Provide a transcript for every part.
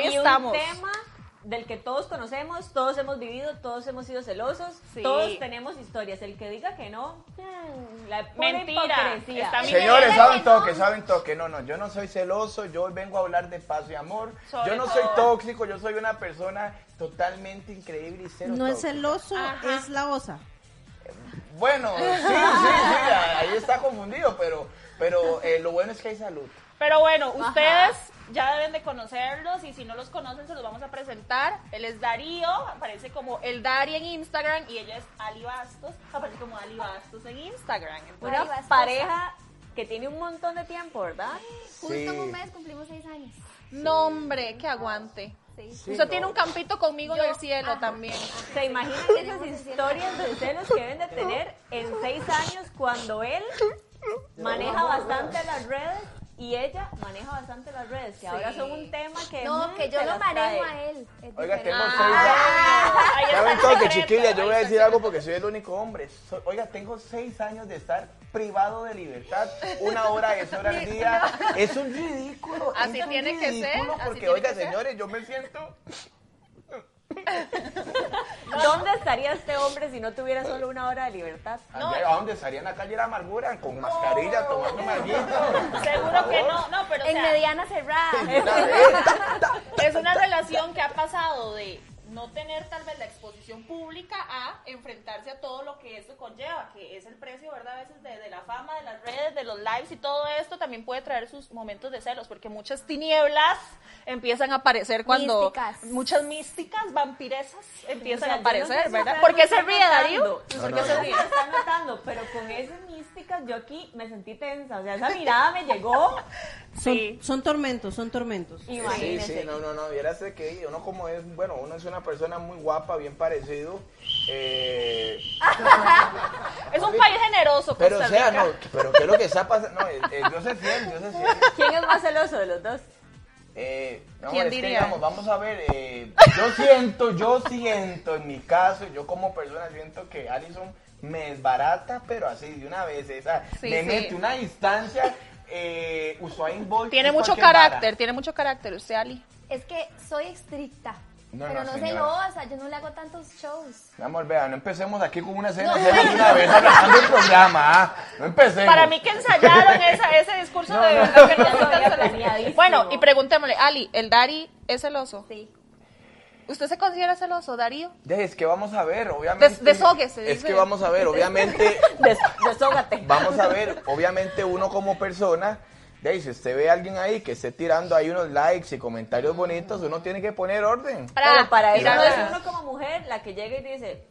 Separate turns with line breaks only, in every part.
¡Eh!
estamos.
un tema del que todos conocemos, todos hemos vivido, todos hemos sido celosos,
Sí.
todos tenemos historias. El que diga que no, mm, la pura
Mentira.
hipocresía.
Está mintiendo.
Señores,
Mira,
saben toque, saben toque. No, no, yo no soy celoso, yo vengo a hablar de paz y amor.
Sobre
yo no soy
todo.
tóxico, yo soy una persona totalmente increíble y cero
No es
tóxico.
celoso,
Ajá.
es la osa.
Bueno, sí, sí, sí, ahí está confundido, pero, pero eh, lo bueno es que hay salud.
Pero bueno, ustedes ya deben de conocerlos y si no los conocen se los vamos a presentar. Él es Darío, aparece como el Dari en Instagram y ella es Ali Bastos, aparece como Ali Bastos en Instagram.
Una
Ay, bastosa.
pareja que tiene un montón de tiempo, ¿verdad?
Justo
Sí.
en un mes cumplimos seis años.
No, hombre, que aguante.
Sí.
Sí,
Usted
no.
tiene un campito conmigo en el cielo
ajá.
también.
¿Se imaginan esas historias de celos que deben de tener en seis años cuando él maneja bastante las redes y ella maneja bastante las redes? Que ahora son un tema que...
No,
mm,
que yo
se
lo
las trae.
manejo a él. Es
Oiga, tengo
Ah,
diferente.
seis años.
Ahí está
Saben
el
toque,
secreto,
chiquilla, yo
ahí
voy a
está el
decir algo
secreto.
porque soy el único hombre. So- oiga, tengo seis años de estar privado de libertad, una hora es hora al día. Es un ridículo.
Así
es un
tiene que ser,
ridículo
así
Porque,
tiene
oiga,
que ser.
señores, yo me siento.
¿Dónde estaría este hombre si no tuviera solo una hora de libertad?
No, eh.
¿A dónde estaría en la calle de la amargura? Con mascarilla, tomando marguito.
Seguro que no, no, pero o
En
sea,
mediana cerrada.
Una vez.
es una relación que ha pasado de no tener tal vez la exposición pública a enfrentarse a todo lo que eso conlleva, que es el precio, ¿verdad? A veces de, de la fama, de las redes, de los lives y todo esto también puede traer sus momentos de celos, porque muchas tinieblas empiezan a aparecer cuando
Místicas.
muchas místicas vampiresas empiezan
O sea,
a aparecer,
yo no sé si
¿verdad?
ustedes
¿Por qué
lo
se
están
ríe Darío?
notando, no sé si ustedes lo están notando, pero con esas místicas yo aquí me sentí tensa. O sea, esa mirada me llegó.
Son,
Sí.
son tormentos, son tormentos.
Sí,
Imagínense.
sí, no, no, no, vieras de que uno como es, bueno, uno es una persona muy guapa, bien parecido, eh,
Ah, Es un país generoso, Costa
pero o sea,
Rica.
no, pero qué es lo que está pasando, no, eh, eh, yo sé fiel, yo sé fiel.
¿Quién es más celoso de los dos?
Eh, no,
¿Quién
es que,
diría?
digamos, vamos a ver, eh, yo siento, yo siento, en mi caso, yo como persona siento que Allison me desbarata, pero así de una vez, esa,
Sí,
me
sí.
mete una distancia, eh, Usain Bolt.
Tiene
es
mucho
cualquier vara.
carácter, tiene mucho carácter usted, Ali.
Es que soy estricta.
No,
pero
no,
no,
señora.
sé lo, o sea, yo no le hago tantos shows.
Mi amor, vea, no empecemos aquí con una escena
No.
de celos una vez arrancando el programa, ¿ah? No empecemos.
Para mí que ensayaron esa- ese discurso
No,
de
no.
verdad que no
Ya lo
soy tan
había
celosa.
planeadísimo.
Bueno, y preguntémosle, Ali, ¿el Dari es celoso?
Sí.
¿Usted se considera celoso, Darío?
Ya, Es que vamos a ver, obviamente.
Des- desóguese,
Es
dice.
que vamos a ver, obviamente.
Des desógate.
Vamos a ver, obviamente uno como persona, de ahí, si usted ve a alguien ahí que esté tirando ahí unos likes y comentarios bonitos, uno tiene que poner orden.
Pero para eso
Mira,
no
mira.
es uno como mujer la que llega y dice,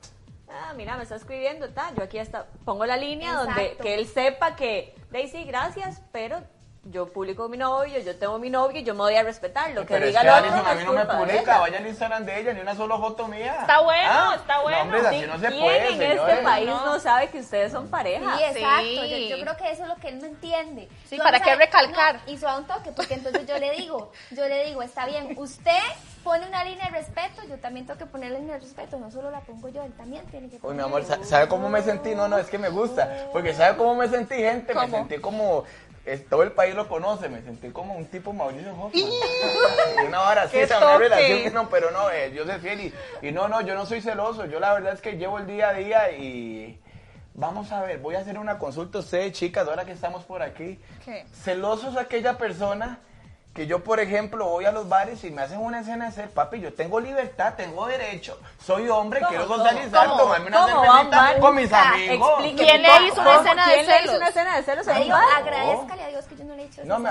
ah, mira, me está escribiendo, tal, yo aquí hasta pongo la línea donde
Exacto.
que él sepa que, Daisy, gracias, pero yo publico mi novio, yo tengo mi novio, y yo me voy a respetar, lo que
Pero es
diga
que
el otro
Alison a
no
mí
es
no me
culpa de
publica,
ella.
vaya al Instagram de ella, ni una sola foto mía.
Está bueno,
Ah,
está
no,
bueno.
hombre, así no se
¿Quién
puede,
en
señores.
este país
No.
no. sabe que ustedes son pareja?
Sí, exacto.
sí.
Yo, yo creo que eso es lo que él no entiende.
Sí,
Tú
¿para
no
qué
sabes-
recalcar?
no, y suave un toque, porque entonces yo le digo, yo le digo, está bien, usted pone una línea de respeto, yo también tengo que poner la línea de respeto, no solo la pongo yo, él también tiene que
Uy, mi
ponerla.
amor, sa- ¿sabe cómo me sentí? No, no, es que me gusta. Porque ¿sabe cómo me sentí, gente? Me
¿Cómo?
sentí como... eh, todo el país lo conoce, me sentí como un tipo Mauricio Hoffman. una hora así,
¡Qué
o sea, una
toque!
relación que no, pero no, eh, yo soy fiel y, y no, no, yo no soy celoso. Yo la verdad es que llevo el día a día y vamos a ver, voy a hacer una consulta a ustedes, chicas, ahora que estamos por aquí.
¿Qué?
Celoso es aquella persona que yo, por ejemplo, voy a los bares y me hacen una escena de ser, papi, yo tengo libertad, tengo derecho, soy hombre,
¿Cómo,
quiero
cómo,
socializar,
cómo?
tomarme una
¿Cómo va a un
cervecita
bar?
con mis
Ah,
amigos.
explíqueme,
¿Quién le hizo una
¿cómo?
escena de
¿Quién le hizo
celos?
una escena de celos? a
Le
un
digo,
bar?
agradezcale a Dios que yo no le he hecho eso.
No, me...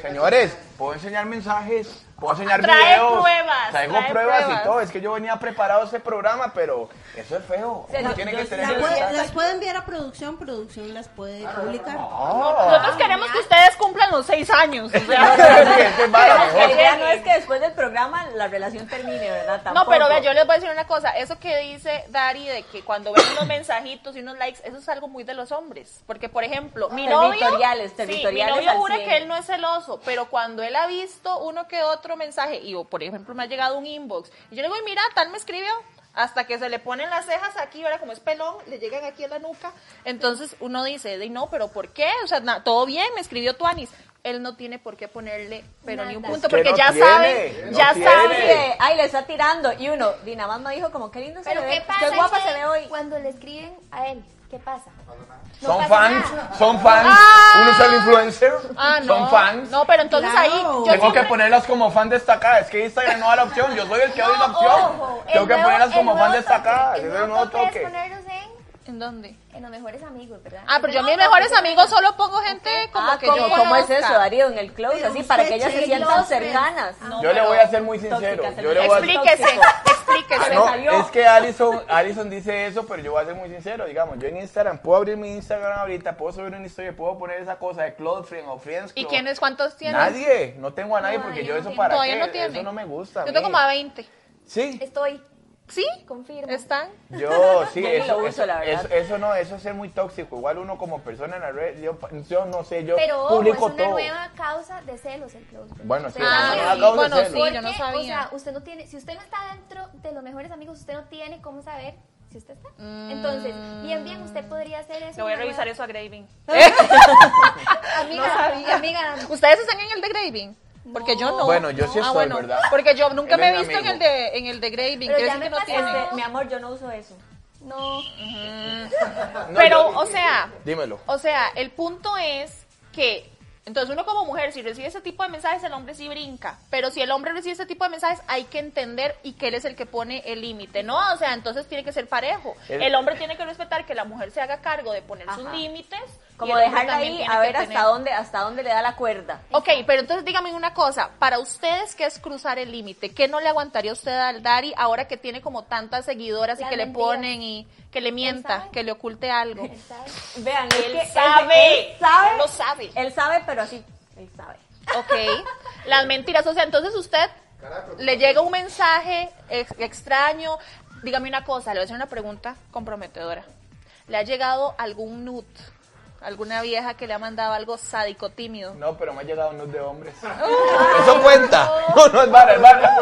Señores, puedo enseñar mensajes, puedo enseñar
Trae
videos.
pruebas,
Traigo
trae
pruebas,
pruebas.
y todo. Es que yo venía preparado a este programa, pero eso es feo.
Se
Uno
lo-
tiene
yo
que
sí
tener
Las
sí,
puede-
libertad.
las puede enviar a producción, producción las puede publicar.
Ah.
Nosotros queremos que ustedes cumplan los seis años. o sea.
Sí, este es vara
La
mejor.
idea no es que después del programa la relación termine, ¿verdad?
No,
Tampoco.
pero vea, yo les voy a decir una cosa. Eso que dice Dari de que cuando ven unos mensajitos y unos likes, eso es algo muy de los hombres. Porque, por ejemplo, mi novio.
Territoriales,
sí,
territoriales
mi novio
al
jura
cien.
que él no es celoso, pero cuando él ha visto uno que otro mensaje, y o, por ejemplo, me ha llegado un inbox, y yo le digo, "Ay, mira, tal me escribió. Hasta que se le ponen las cejas aquí, ahora como es pelón, le llegan aquí a la nuca. Entonces uno dice, "Di, no, pero ¿por qué? O sea, na- todo bien, me escribió Tuanis. él no tiene por qué ponerle, pero ni un
Nada.
punto,
Es que
porque
no
ya
tiene,
saben,
no
ya
tiene.
saben.
Ay, le está tirando. Y uno, y nada más me dijo como qué lindo se
Pero
le
¿qué
ve.
pasa? pues,
Qué guapa
Che,
se ve hoy.
Cuando le escriben a él, ¿qué pasa? No
son
pasa
fans,
nada.
son fans.
Ah.
Uno es el influencer,
Ah, no.
son fans.
No, pero entonces
Claro.
ahí yo
Tengo
Tengo
siempre-
que ponerlas como fan destacada. Es que Instagram no da la opción. Yo soy el que doy la opción.
Ojo, el
Tengo que
nuevo-
ponerlas
el
como
nuevo
fan
toque,
destacadas.
el
Ese es
nuevo
el nuevo
toque es
toque.
ponerlos en,
¿En dónde?
en los mejores amigos, ¿verdad?
Ah, pero yo a mis
No, no,
mejores
porque-
amigos solo pongo gente como
Ah,
que
¿cómo,
yo
¿cómo es
conozca.
eso, Darío? En el close,
Pero
así, para que
usted,
ellas se
che,
sientan
close
cercanas.
friends. No,
Yo le
pero
voy a ser muy sincero.
tóxicas,
Yo le voy a
Explíquese, explíquese.
No,
salió.
es que Alison, Alison dice eso, pero yo voy a ser muy sincero. Digamos, yo en Instagram puedo abrir mi Instagram ahorita, puedo subir una historia, puedo poner esa cosa de Cloud Friend o Friends.
¿Y
Club.
quiénes cuántos tienen?
Nadie, no tengo a nadie
No,
porque
yo
yo
no
eso
tengo.
para
Todavía
qué,
no tiene.
eso no me gusta. a
Yo
mí.
tengo como a 20.
Sí,
Estoy,
¿Sí?
confirmo.
¿Están?
yo sí,
Yo ni
eso,
lo
eso,
uso, la verdad.
eso- eso no, eso es ser muy tóxico. Igual uno como persona en la red, yo, yo no sé, yo
Pero ojo, es
publico
una
todo.
nueva causa de celos el close friend.
Bueno, sí,
Pero-
Ah,
Ah,
no,
sí,
acabo de
bueno, sí,
hacerlo.
Porque,
yo no
O
sabía.
sea, usted no tiene, si usted no está dentro de los mejores amigos, usted no tiene cómo saber si usted está. Entonces, bien, bien, usted podría hacer eso.
Le Mm. voy a
una
revisar
nueva-
eso a Graving.
Amiga, amiga,
¿Eh? ¿Ustedes están en el de Graving? Porque yo no.
Bueno, yo sí
Ah,
estoy,
bueno,
¿verdad?
Porque yo nunca
Él
me he
es mi
visto en
amigo.
el de en el de Graving.
Pero
Quiere decir
ya me
que no
pasó.
tiene.
Este, mi amor, yo no uso eso.
no.
No,
Pero,
yo-
o sea,
Dímelo.
O sea, el punto es que, entonces uno como mujer, si recibe ese tipo de mensajes, el hombre sí brinca. Pero si el hombre recibe ese tipo de mensajes, hay que entender y que él es el que pone el límite, ¿no? O sea, entonces tiene que ser parejo.
El-
El, hombre tiene que respetar que la mujer se haga cargo de poner sus
Ajá.
límites. y
Como
el hombre
dejarla
también
ahí
tiene
a
que
ver
tener-
hasta dónde, hasta dónde le da la cuerda.
Ok, pero entonces dígame una cosa, para ustedes, ¿qué es cruzar el límite? ¿Qué no le aguantaría usted al Dari ahora que tiene como tantas seguidoras y
Las
que le
mentiras.
ponen y que le mienta,
sabe.
que le oculte algo?
¿sabes?
Vean, es que
Él sabe,
él sabe,
lo sabe.
Él sabe, pero así, él sabe.
Ok. Las mentiras. O sea, entonces usted le llega un mensaje ex- extraño. Dígame una cosa, le voy a hacer una pregunta comprometedora. ¿Le ha llegado algún nut? ¿Alguna vieja que le ha mandado algo sádico, tímido?
No, pero me ha llegado unos de hombres. Eso cuenta. No, no es vara, es vara.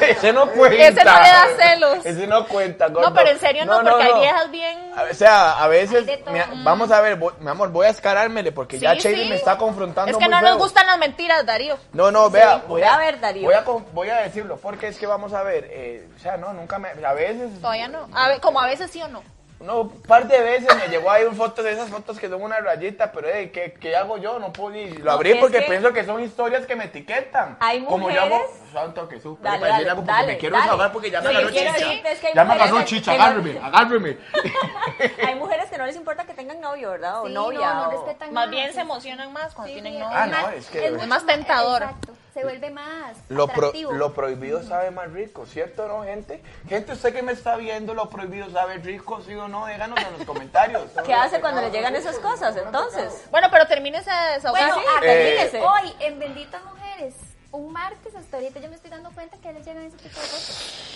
Ese no cuenta.
Ese no le da celos.
Ese no cuenta, gordo.
No, pero en serio no, porque hay viejas bien...
A- O sea, a veces,
Hay de todo.
mira, vamos a ver, voy- mi amor, voy a escarármele porque ya
Sí,
Shady
sí.
me está confrontando
Es que
muy
no
feo.
nos gustan las mentiras, Darío.
No, no, vea, voy a,
a ver, Darío.
Voy a, con- voy a decirlo, porque es que vamos a ver, eh, o sea, no, nunca me, a veces,
Todavía no. A ve- como a veces sí o no.
no, un par de veces me llegó ahí un foto de esas fotos que son una rayita, pero hey, ¿qué, qué hago yo? No puedo ni lo
No,
abrí
es
porque
que-
pienso que son historias que me etiquetan.
Hay
Como yo hago,
mujeres-
santo que su,
Dale,
para decir
dale,
algo porque
dale,
me quiero
dale.
desahogar porque ya me
Lo que
agarró
quiero
chicha.
decirte es que hay
ya me
mujeres
agarró
que-
chicha,
que no-
agárreme, agárreme.
Hay mujeres que no les importa que tengan novio, ¿verdad? O
Sí, no,
novia.
no
o-
respetan
Más
nada,
bien
sí,
se
sí.
emocionan más cuando
Sí, sí,
tienen
es
novio.
Ah,
más-
no, es que-
Es
mucho
más tentador.
Exacto, se vuelve más
Lo, pro-
atractivo.
lo prohibido sabe más rico, ¿cierto o no, gente? Gente, usted que me está viendo, lo prohibido sabe rico, sí o no, déjanos en los comentarios.
¿Qué hace cuando le llegan esas cosas, entonces?
Bueno, pero termínese de desahogar.
Bueno,
Sí,
ah,
Eh,
termínese.
hoy en Benditas Mujeres, un martes hasta ahorita yo me estoy dando cuenta que les llegan ese tipo de cosas.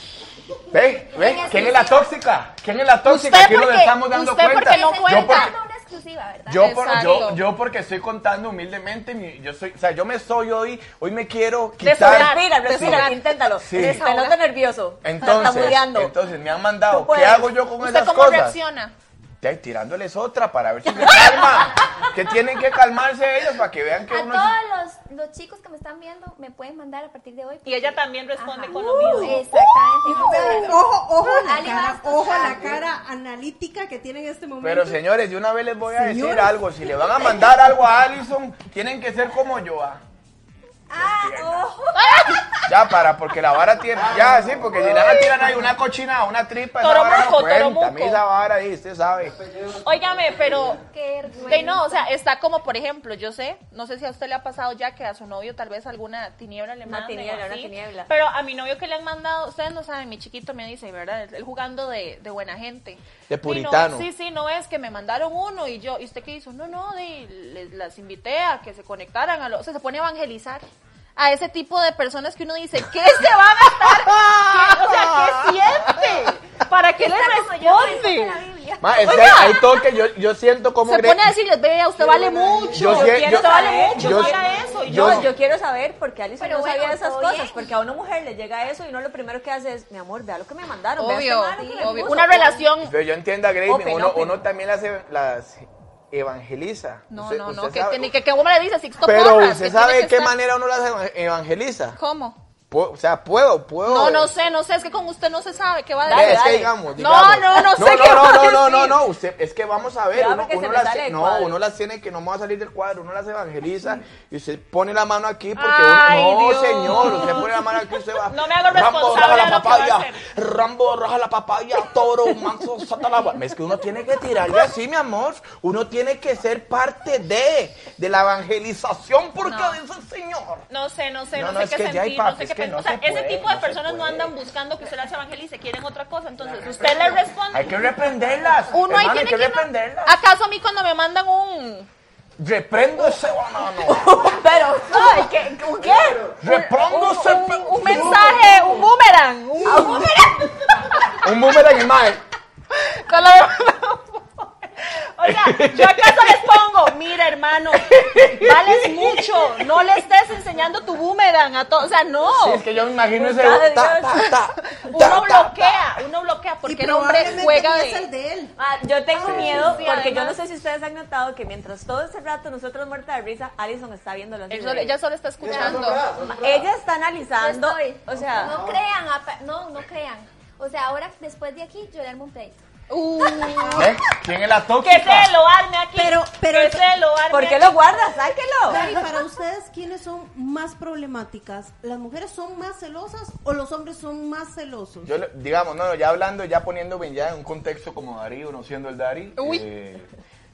¿Ve? ¿Ve? ¿Quién es la tóxica? ¿Quién es la tóxica?
Usted
Aquí nos
porque-
estamos dando
usted porque
cuenta.
no
Esa
Yo
es
cuenta.
porque-
una exclusiva, ¿verdad?
Yo, por- yo,
Exacto.
yo porque estoy contando humildemente, mi- yo soy, o sea, yo me soy hoy, hoy me quiero
Desahogar.
quitar.
Respira, respira,
Desahogar.
inténtalo.
Sí.
Te nota nervioso.
Entonces,
tartamudeando.
entonces me han
Tú
mandado, ¿qué
puedes.
hago yo con
¿Usted
esas
cómo
cosas?
reacciona?
Ya, tirándoles otra para ver si se calma. que tienen que calmarse ellos para que vean que
A
uno es-
todos los, los chicos que me están viendo, me pueden mandar a partir de hoy.
Y ella también responde
Ajá. Uh,
con lo mismo.
Exactamente.
Pero
Uh,
Ojo, ojo a la
Ali
cara,
Bastos,
ojo a la
Ali.
cara analítica que tiene en este momento.
Pero señores, de una vez les voy a decir
Señores.
algo. Si le van a mandar algo a Allison, tienen que ser como yo. ah.
Ah, ojo.
Ya para, porque la vara tiene. Ya, sí, porque si la tiran ahí una cochina, una tripa, esa
Toro
vara no
moco, toro
cuenta. A mí
moco.
esa vara ahí, usted sabe.
Óigame, pero de
Qué vergüenza.
no, o sea, está como por ejemplo, yo sé, no sé si a usted le ha pasado ya que a su novio tal vez alguna tiniebla le
Una
manda
tiniebla, una tiniebla.
Pero a mi novio que le han mandado, ustedes no saben, mi chiquito me dice, ¿verdad? Él jugando de, de buena gente.
De
Sí,
puritano.
no, Sí, sí, no es que me mandaron uno y yo, ¿y usted qué hizo? No, no, de- le- las invité a que se conectaran a los, o sea, se pone a evangelizar a ese tipo de personas que uno dice, ¿qué se van a estar? ¿Qué- o sea, ¿qué siente? ¿Para qué le
Está como yo,
responde?
parezco la Biblia.
Ma, es que
Oiga.
hay toque, yo, yo siento como.
se
Gre-
pone a decirles, vea, usted vale mucho,
Yo sí-
usted
yo-
vale mucho,
yo
no
sí-
haga eso. Y
yo-
yo,
No, yo quiero saber por qué Alison
Pero
no sabía
bueno,
de esas
todo
cosas,
bien.
porque a una mujer le llega eso y uno lo primero que hace es, mi amor, vea lo que me mandaron, vea este
obvio,
malo que me
obvio.
puso".
Una relación,
Pero yo entiendo a Gravy,
Open,
uno,
open.
uno también las, las evangeliza.
No,
Usted-
no,
usted
no, que,
sabe-
tiene que, ¿cómo le dice Sixto
Pero
Porras?
usted
que
sabe
tiene
de
que
qué
estar-
manera uno las eva- evangeliza.
¿Cómo?
Pu- o sea, puedo, puedo.
No, no sé, no sé, es que con usted no se sabe qué va a
Ve,
decir.
es que
dale.
digamos,
No,
digamos.
no, no sé
no,
qué va
no,
a
no, no,
decir.
no, no, usted, es que vamos a ver,
Cuidado
uno,
porque
uno
se me
las,
sale el
no,
cuadro.
uno las tiene que no me va a salir del cuadro, uno las evangeliza y usted pone la mano aquí porque
Ay,
uno, no,
Dios.
señor, usted pone la mano aquí usted va.
No me hago
Rambo,
responsable
raja
de
la
lo que va a
papaya, Rambo, raja la papaya, toro, manso, sata la ba- Es que uno tiene que tirarle así, mi amor, uno tiene que ser parte de, de la evangelización porque
No.
dice el Señor.
No sé, no sé,
No,
no,
no,
sé
es
qué
que ya
sentir,
hay papi,
no sé
es
qué pensar.
que no
o sea,
se
ese
puede,
tipo de
no se
personas no
puede.
andan buscando que usted las evangelice, quieren otra cosa. Entonces, usted le responde.
Hay que reprenderlas.
Uno ahí
hermano,
tiene
hay que
que...
reprenderlas.
¿Acaso a mí cuando me mandan un...
Reprendo ese banano.
Pero, ay, ¿qué? ¿Un qué?
Reprendo ese
un,
pe-
un- un mensaje, un boomerang, un-
Un boomerang en mae.
con la-
O sea, yo acaso les pongo, mira hermano, vales mucho, no le estés enseñando tu boomerang a todos, o sea, no.
Sí, es que yo me imagino ese.
Cada
ta, ta,
Dios.
ta, ta,
Uno
ta.
bloquea, uno bloquea,
Y
porque el hombre
probablemente
juega
ni
de...
es el de él.
Ah, yo tengo miedo
sí,
porque yo
además.
no sé si ustedes han notado que mientras todo ese rato nosotros muerta de risa, Alison está viendo las
Él solo- ella solo está escuchando.
ella está analizando,
No estoy.
o sea,
No crean, apa- no, no crean. O sea, ahora después de aquí yo le armo un pleito.
Uh,
¿Eh? ¿Quién es la
Que
tóxica?
se lo arme aquí.
Pero- pero-
que se lo arme
¿por qué
aquí.
lo guardas? Sáquelo.
Cari, para ustedes, ¿quiénes son más problemáticas? ¿Las mujeres son más celosas o los hombres son más celosos?
Yo, le- digamos, no, no, ya hablando, ya poniéndome ya en un contexto como Darío, no siendo el Dari.
Uy.
eh,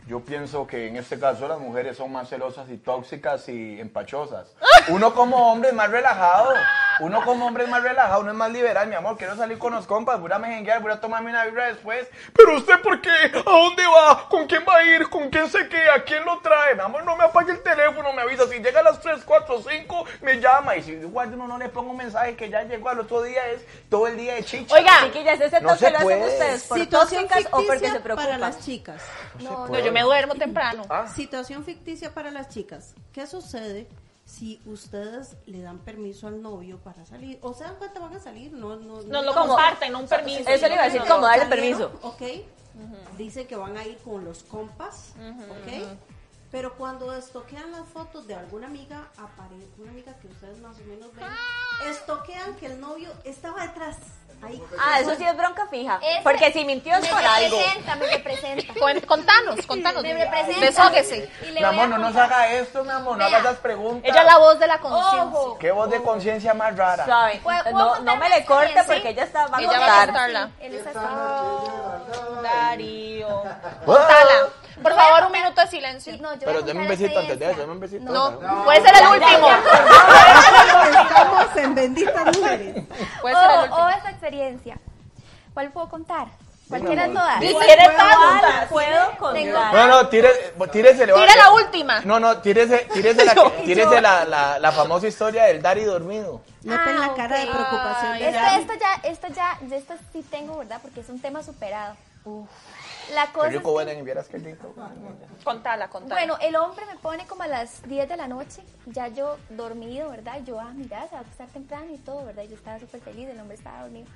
yo pienso que en este caso las mujeres son más celosas y tóxicas y empachosas.
¡Ah!
Uno como hombre es más relajado. Uno como hombre es más relajado, uno es más liberal, mi amor. Quiero salir con los compas, voy a mejenguear, voy a tomarme una vibra después. Pero usted, ¿por qué? ¿A dónde va? ¿Con quién va a ir? ¿Con quién se queda? ¿A quién lo trae? Mi amor, no me apague el teléfono, me avisa. Si llega a las 3, 4, 5, me llama. Y si igual uno no le pongo un mensaje que ya llegó al otro día, es todo el día de chicha.
Oiga, chiquillas, ese
no
toque
se
lo hacen
puede.
ustedes por
Situación
tóxicas o porque se
ficticia para
preocupan.
las chicas.
No,
no, yo me duermo temprano.
Ah.
Situación ficticia para las chicas. ¿Qué sucede si ustedes le dan permiso al novio para salir? O se dan cuenta, van a salir. No, no,
Nos lo
digamos,
comparten, no un permiso.
Eso le iba a decir, como darle permiso.
Salieron, Ok. Dice que van a ir con los compas. Ok. Pero cuando estoquean las fotos de alguna amiga, aparece una amiga que ustedes más o menos ven, estoquean que el novio estaba detrás. Ahí.
Ah, eso sí es bronca fija.
Ese-
Porque si mintió es
me
por algo.
representa, me representa.
Cuen- Contanos, contanos.
Me representa.
Desahóguese.
Y le
Mi
voy a
amor, no nos
contar.
haga esto, mi amor, no
Vea.
haga esas preguntas.
Ella es la voz de la conciencia.
Ojo.
¿Qué voz de conciencia más rara?
Suave.
¿Puedo- puedo
No,
contar
no me
mi
le corte
experiencia?
porque ella está, va a
Ella va a Oh.
contar.
contar. Carla.
Él es así.
Darío.
Contala. Por
Voy a
favor, un
contar-
minuto de silencio.
Sí, no, yo voy
Pero
a
deme un
contar
besito antes de eso,
experiencia.
deme un besito.
No, puede ser el último.
Estamos en benditas mujeres.
Puede ser el
o, o
último.
esa Oh, experiencia. ¿Cuál puedo contar?
mi
Cualquiera de
amor.
todas.
Y quiere
Igual puedo contar.
No, pues, no, tire, tíresele.
Tira la última.
No, no, tírese, tírese, la, que- tírese la, la, la famosa historia del Dari dormido.
Noten
Ah,
la cara de
ok.
preocupación. de
Esto,
Gaby.
esto ya, esto ya, de esto sí tengo, ¿verdad? Porque es un tema superado. La
Qué
cosa es
rico,
que,
bueno, y vieras qué rico.
Contala, contala.
bueno, el hombre me pone como a las 10 de la noche, ya yo dormido, ¿verdad? Yo, ah, mira, se va a acostar temprano y todo, ¿verdad? Yo estaba súper feliz, el hombre estaba dormido.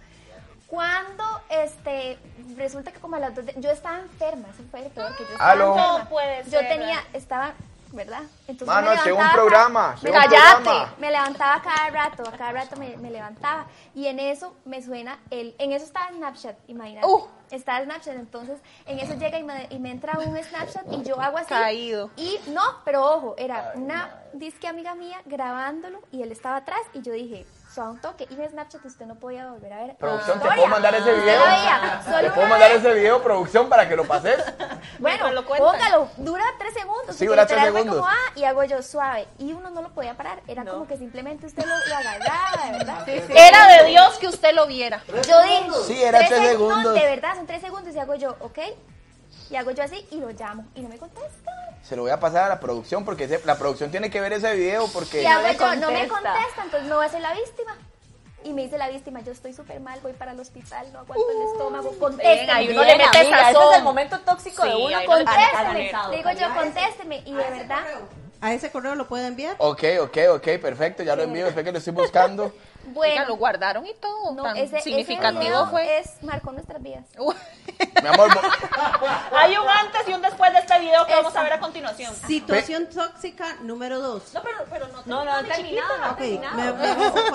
Cuando, este, resulta que como a las 2 de, yo estaba enferma, eso fue lo peor, que yo estaba
Aló.
enferma.
No puede
Yo
ser,
tenía, estaba, ¿verdad? Entonces
Mano,
me
este es un
levantaba-
programa, este es un
Cállate.
programa.
Me levantaba cada rato, a cada rato me, me levantaba. Y en eso me suena el. En eso estaba Snapchat, imagínate.
Uh.
Estaba Snapchat, entonces en eso llega y me, y me entra un Snapchat y yo hago así.
Caído.
Y no, pero ojo, era una disque amiga mía grabándolo y él estaba atrás y yo dije, suave un toque. Y en Snapchat usted no podía volver a ver.
Producción, ¿te
historia.
puedo mandar ese
Usted
video?
lo veía, Ah. solo
¿Te puedo
una
mandar
vez.
ese video, producción, para que lo pases?
Bueno,
Pero lo cuentan.
póngalo, dura tres segundos.
Sí,
porque
dura tres
literal fue
segundos.
Como, ah, y hago yo suave. Y uno no lo podía parar. Era como que simplemente usted lo, lo agarraba, de verdad.
Era de Dios que usted lo viera.
Yo dije.
Sí, era tres
seg-
segundos.
No, de verdad, son tres segundos. Y hago yo, ok. Y hago yo así y lo llamo. Y no me contesta.
Se lo voy a pasar a la producción, porque ese- la producción tiene que ver ese video,
Y
porque...
hago
me
yo, no me
contesta.
contesta. Entonces no va a ser la víctima. Y me dice la víctima, yo estoy súper mal, voy para el hospital, no aguanto el estómago,
bien, ahí
contésteme.
uno le mete
amiga, ese
sazón.
es el momento tóxico de
Sí,
uno
ahí uno le mete
Contésteme.
analizado.
Le digo yo, contésteme. Y de verdad,
A ese correo lo puede enviar.
Oh, Ok, ok, ok, perfecto, ya lo envío, después que lo estoy buscando.
Bueno.
Oiga, lo guardaron y todo.
No,
tan
ese, ese
significativo
video
fue.
Es, marcó nuestras vidas.
Uy,
Mi amor, vo-
Hay un antes y un después de este video que vamos
Eso.
a ver a continuación.
Situación tóxica número dos.
No, pero, pero no,
No, no, han terminado, no han
Ok, me,
terminado.
me ojo cuando-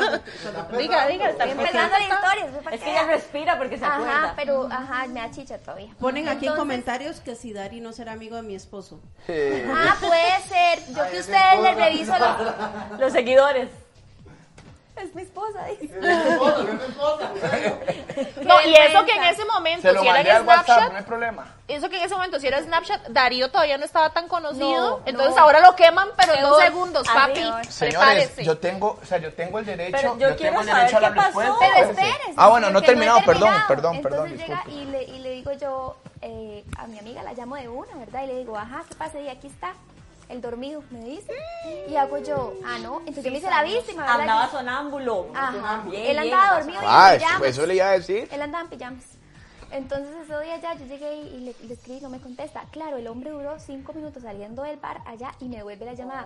cuando-
diga, diga, está
Estoy empezando la historia. eso para
Es
que
que ella
vean.
respira porque se
Ajá,
acuerda.
pero ajá, me da chicha todavía.
Ponen aquí en
Entonces-
comentarios que si Dari no será amigo de mi esposo.
eh,
Ah, puede ser. Yo que ustedes les reviso los.
Los seguidores.
Es mi esposa, dice.
No, y eso que en
vergüenza.
ese momento,
se lo
si era
mandé al
en
WhatsApp, no hay
Snapchat,
problema.
eso que en ese momento, si era Snapchat, Darío todavía no estaba tan conocido.
No,
entonces
no.
ahora lo queman, pero en dos
Peor,
segundos,
así.
papi.
Señores,
prepárese.
yo tengo, o sea, yo tengo el derecho,
Pero yo
yo,
quiero
tengo el
saber
derecho a la
qué pasó.
respuesta.
Pero
espérense.
espérense.
Ah, bueno, no he
porque
terminado, perdón,
terminado.
perdón, perdón,
Entonces llega
disculpe.
y le, y le digo yo eh, a mi amiga, la llamo de una, ¿verdad? Y le digo, ajá, ¿qué pasa? Y aquí está, el dormido, me dice. Y hago yo, ah, no. Entonces yo me hice la víctima, ¿verdad?
Andaba
Yo-
sonámbulo.
Ajá.
Bien,
Él
bien.
andaba dormido y en
Ah,
pijamas.
pues eso le iba a decir.
Él andaba en pijamas. Entonces ese día ya yo llegué y y le, le escribí, no me contesta. Claro, el hombre duró cinco minutos saliendo del bar allá y me vuelve la llamada.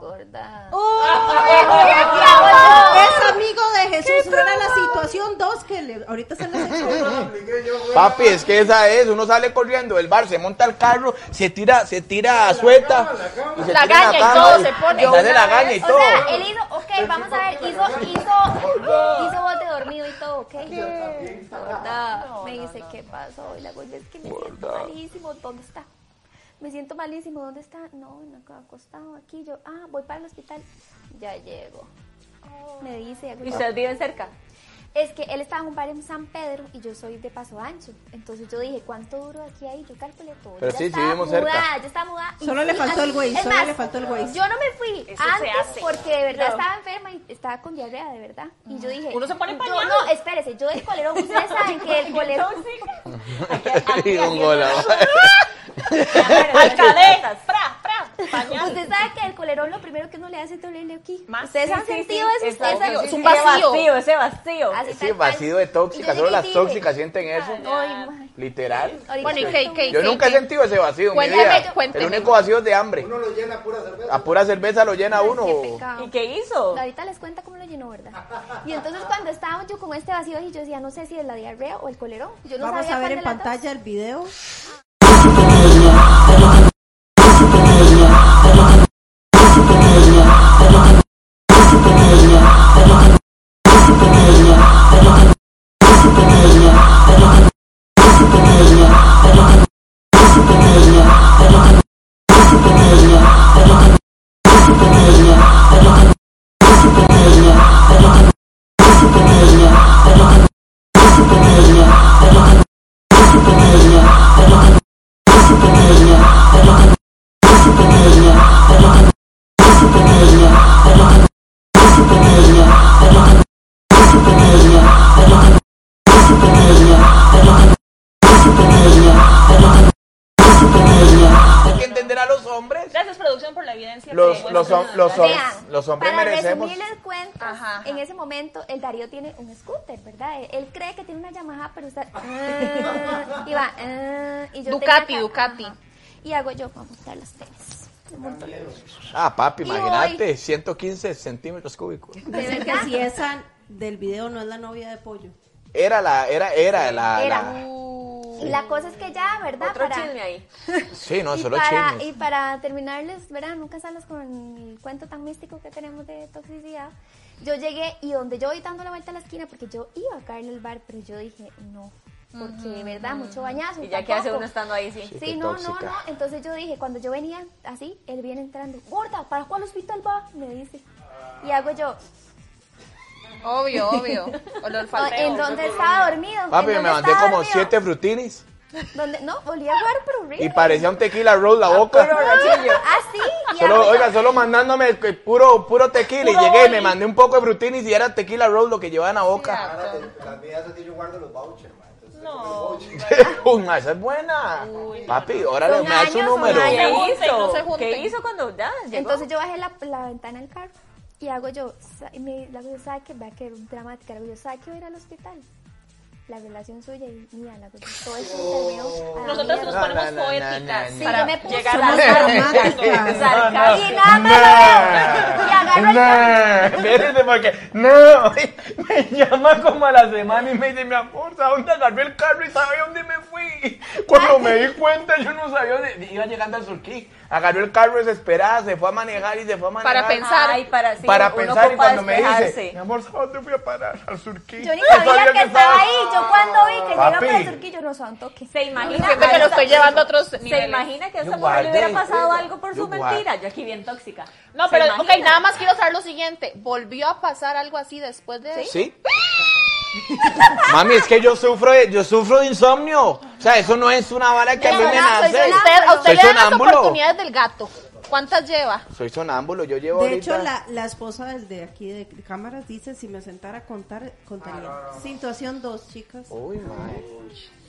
Gorda. ¡Oh!
¡Oh! Es amigo de Jesús. Era la situación dos que le, ahorita se las echo.
Papi, es que esa es, uno sale corriendo del bar, se monta al carro, se tira, se tira suelta. y se
La
tira en
gaña y
cama
todo se pone.
Sale
Yo
la
una
gaña y
O
todo.
sea, él hizo, ok, vamos a ver, hizo, hizo, hizo voz de dormido y todo, ok. Gorda, me dice, ¿qué pasó? Y la gorda es que me siento malísimo, ¿dónde está? Me siento malísimo, ¿dónde está? No, no, acostado aquí, yo, ah, voy para el hospital. Ya llego. Me dice,
¿Y ustedes viven cerca?
es que él estaba en un bar en San Pedro y yo soy de Paso Ancho. Entonces yo dije, ¿cuánto duro aquí ahí? Yo calculé todo.
Pero
Yo
sí, sí
estaba
vivimos
mudada,
cerca.
Yo estaba mudada. y
Solo le
fui
faltó el güey,
Es
solo
más,
le faltó el güey.
Yo no me fui
Eso se
antes
hace.
porque de verdad
No.
estaba enferma y estaba con diarrea, de verdad. Y yo dije,
Uno se pone
yo-
pañal.
No, espérese, yo del colerón, ustedes saben que el colerón.
Y un gol, ah.
Alcalde, fra, fra, pañal.
Usted sabe que el colerón lo primero que uno le hace es dolerle aquí.
Más,
Ustedes
sí,
han
sí,
sentido
sí,
eso,
exacto,
ustedes han
sí, sí,
Ese
un
sentido
vacío.
vacío, ese vacío.
así
Sí,
tal cual.
vacío de tóxicas,
Y yo
solo
llegué y
las
dije,
tóxicas sienten eso.
Ay, ma.
Literal.
Ahorita
Bueno, y
les
que-
cuento
que-
un-
Yo nunca he sentido ese vacío en mi
Cuénteme,
vida. El
cuénteme.
único vacío es de hambre.
Uno lo llena a pura cerveza.
A pura cerveza lo llena
Ay,
uno.
qué pecado.
¿Y qué hizo?
Ahorita les cuenta cómo lo llenó, ¿verdad? Y entonces cuando estábamos yo con este vacío y yo decía, no sé si es la diarrea o el colerón. Yo no
Vamos
sabía
a ver
cuál
en
de las dos.
pantalla el video.
Hay que entender a los hombres.
Gracias, producción, por la evidencia.
Los,
que
los,
muestra.
hom- los, hom-
Vean,
los hombres
para
merecemos.
resumirles cuentos,
Ajá, ajá.
en ese momento el Darío tiene un scooter, ¿verdad? Él, él cree que tiene una Yamaha, pero está... y va... ah, y yo
Ducati,
tenía acá-
Ducati.
ajá. Y hago yo, vamos a montar los tenis. Me monto los-
Ah, papi,
Y
imagínate, 115 centímetros cúbicos.
Dicen que si esa del video no es la novia de pollo.
Era la, era, era la.
Era.
la-
Y la cosa es que ya, ¿verdad?
Otro
Para-
chisme ahí.
Sí, no,
y,
solo
para,
chismes.
y para terminarles, ¿verdad? Nunca salas con el cuento tan místico que tenemos de toxicidad. Yo llegué y donde yo voy dando la vuelta a la esquina, porque yo iba a caer en el bar, pero yo dije, no, porque, ¿verdad? Mucho bañazo.
Y ya que hace
tampoco.
uno estando ahí, sí.
qué
Sí, no, no,
tóxica.
no. Entonces yo dije, cuando yo venía así, él viene entrando, gorda, ¿para cuál hospital va? Me dice. Y hago yo.
Obvio, obvio. Olor falteo.
¿En dónde estaba dormido? ¿En
Papi, me
dónde
mandé
estaba
como
dormido?
siete frutinis
¿Dónde? No, olía a jugar, pero horrible.
y parecía un tequila roll la boca.
Pero borrachillo.
Ah, sí. y
Solo,
hago yo-
oiga, solo mandándome el- el puro, puro tequila
Puro
y llegué y me
boli.
mandé un poco de frutinis y era tequila roll lo que llevaban a boca.
Ahora, te- las medidas así yo guardo los vouchers, man. Entonces,
No.
Uy, ma, esa es buena. Papi, órale,
Son
me das su
años, son
número.
¿Qué
se junten,
hizo?
no se junten.
¿Qué hizo cuando ya llegó?
Entonces yo bajé la, la ventana del carro y hago yo, sa- y me, la hago yo, ¿sabe qué? Vea que dramática, la hago yo, ¿sabe qué? Voy a ir al hospital. La relación suya y mía, la hago yo, todo eso terminó. a la
Nosotros nos
mierda.
ponemos
No, no, no, no,
poéticas para
no,
no. Sí, yo me puse
llegar
la
a
dramática.
Sarcasmo.
Y nada más lo veo. Y agarro el carro.
Espérense porque no. Me llama como a la semana y me dice, mi amor, ¿sabes dónde agarré el carro y sabe dónde me fui? Cuando me di cuenta, yo no sabía dónde. Iba llegando al Surquí. Agarró el carro desesperada, se fue a manejar y se fue a manejar.
Para pensar.
Ay, para, sí,
para
uno
pensar y
ocupa
cuando me dice,
despejarse.
mi amor, ¿sabes dónde fui a parar? Al Surquí.
Yo ni
No
sabía que estaba
estabas-
ahí. Yo cuando vi que llega
Papi.
para el surquillo, no son toque.
Se imagina.
Siento que lo estoy llevando a otros
Se
niveles.
imagina que a
Yo
esta mujer le hubiera
guardé,
pasado
yo-
algo por
yo
su
guardé.
mentira. Yo aquí bien tóxica.
No,
¿Se
pero, ok,
imagina?
nada más quiero saber lo siguiente. ¿Volvió a pasar algo así después de eso?
¿Sí? Mami, es que yo sufro de, yo sufro de insomnio. O sea, eso no es una vara que a mí me
sonámbulo,
nace.
soy
Usted, a usted
Soy
le dan las
sonámbulo.
oportunidades del gato. ¿Cuántas lleva?
Soy sonámbulo, yo llevo
De
ahorita-
hecho, la, la esposa del de aquí de cámaras dice, si me sentara a contar, contaría. Situación dos, chicas.
Uy, mae.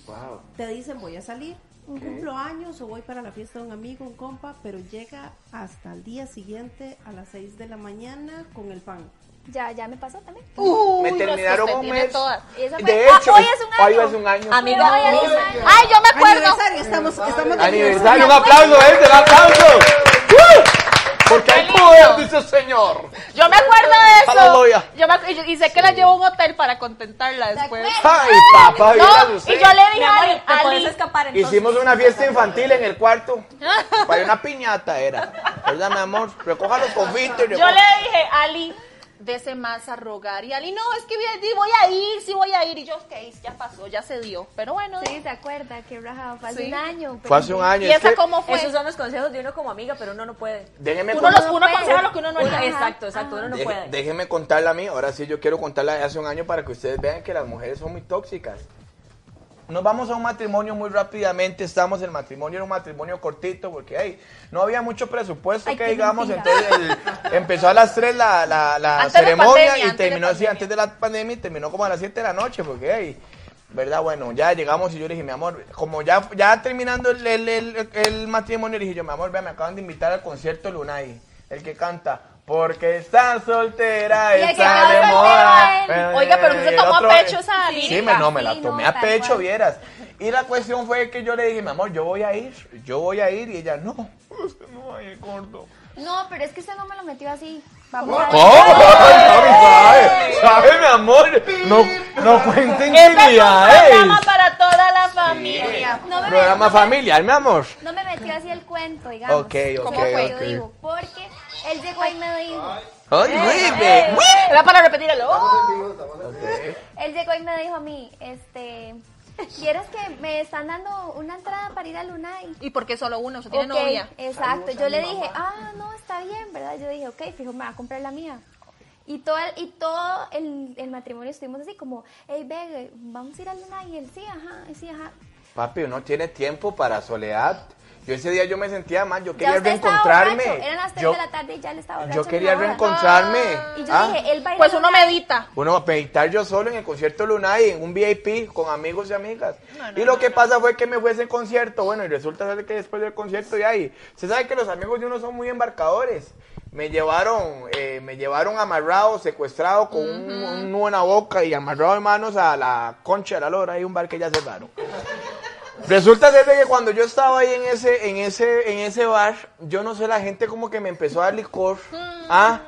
Wow.
Te dicen, voy a salir, cumplo años o voy para la fiesta de un amigo, un compa, pero llega hasta el día siguiente a las 6 de la mañana con el pan.
Ya, ya me pasó también.
me
los que
terminaron
usted
un
tiene
mes.
todas.
Esa fue-
De
Ah,
hecho,
hoy es un año.
hoy es un año.
Amiga,
Pero hoy
mía,
es-
Ay, yo me acuerdo.
Aniversario, estamos, estamos de
Aniversario, un aplauso, gente, un aplauso. ¡Uh! Porque hay poder, dice el Señor.
Yo me acuerdo de eso.
Aleluya.
Yo me acu- y, y sé que la llevo a un hotel para contentarla después.
Ay, papá, vieras
No,
usted.
y yo le
Mi
dije a
amor,
Ali,
te puedes
Ali,
escapar entonces.
Hicimos una fiesta infantil en el cuarto. Para una piñata era. ¿Verdad, mi amor? Recoja los confites. y
yo
recoja-
le dije, Ali, dese más a rogar. Y Ali, no, es que vi- di, voy a ir, sí voy a ir. Y yo, ok, ya pasó, ya se dio. Pero bueno,
Sí, se acuerda que rajado. Fue hace
Sí.
un año.
Fue hace un año.
¿y
es
esa
que-
cómo fue?
Esos son los consejos de uno como amiga, pero uno no puede.
Déjeme
uno
contar-
los uno aconseja lo que uno no
Uno-
hace.
exacto, exacto, uno no
Deje-
puede.
Déjeme contarla a mí. Ahora sí, yo quiero contarla de hace un año para que ustedes vean que las mujeres son muy tóxicas. Nos vamos a un matrimonio muy rápidamente. Estamos, el matrimonio era un matrimonio cortito porque hey, no había mucho presupuesto
Ay,
que
qué
digamos.
mentira.
Entonces el- empezó a las 3 la, la- la
Antes de
ceremonia
pandemia,
y
antes de
terminó así
pandemia.
antes de la pandemia y terminó como a las 7 de la noche porque hey, ¿verdad? Bueno, ya llegamos y yo le dije, mi amor, como ya, ya terminando el, el- el- el matrimonio, le dije yo, mi amor, vea, me acaban de invitar al concierto de Lunay, el que canta. Porque está soltera,
Y el que
está
acaba
de
de
moda.
soltero, él.
Oiga, pero usted
Y el
tomó a
otro-
pecho esa
Sí,
lírica.
me, no, me la
Sí, no,
tomé a
tal
pecho,
cual.
vieras. Y la cuestión fue que yo le dije, mi amor, yo voy a ir, yo voy a ir. Y ella, no, usted no va a ir, gordo.
No, pero es que usted no me lo metió así. Vamos a ver.
¿Cómo? ¿Sabe, sabe, sabe, mi amor? No, no cuente intimidades.
Programa para toda la familia.
No me
Programa
metió-
familiar, mi amor.
No me metió así el cuento, digamos.
Ok, ok,
Como que yo
ok.
digo, porque él llegó y me dijo,
Ay,
Eh, Era para repetir el oh.
Estamos en vivo, estamos en vivo.
él llegó y me dijo a mí, este, ¿quieres que me están dando una entrada para ir a Luna? Y
¿Y por qué solo uno? ¿Usted tiene
Ok,
novia?
Exacto. Yo le dije, ah, no, está bien, ¿verdad? Yo dije, ok, fijo, me va a comprar la mía. Y todo el, y todo el, el matrimonio estuvimos así como, hey, ve, vamos a ir a Luna. Y él, sí, ajá, sí, ajá.
Papi, uno tiene tiempo para soledad. Yo ese día yo me sentía mal, yo
Ya
quería
usted estaba
reencontrarme.
borracho, Eran las 3
yo,
de la tarde y ya le estaba
yo
borracho
quería
una hora.
reencontrarme.
Y yo
Ah.
dije, él va a ir
Pues
a
uno
Lunay".
medita.
Ah.
Uno va a meditar yo solo en el concierto Lunay, en un VIP con amigos y amigas. y lo que pasa fue que me fue a ese concierto, bueno, y resulta ser que después del concierto y ahí, se sabe que los amigos de uno son muy embarcadores. Me llevaron, eh, me llevaron amarrado, secuestrado con un, un nudo en la boca y amarrado de manos a la concha de la lora, hay un bar que ya cerraron. Resulta ser de que cuando yo estaba ahí en ese, en ese, en ese bar, yo no sé, la gente como que me empezó a dar licor. Ah,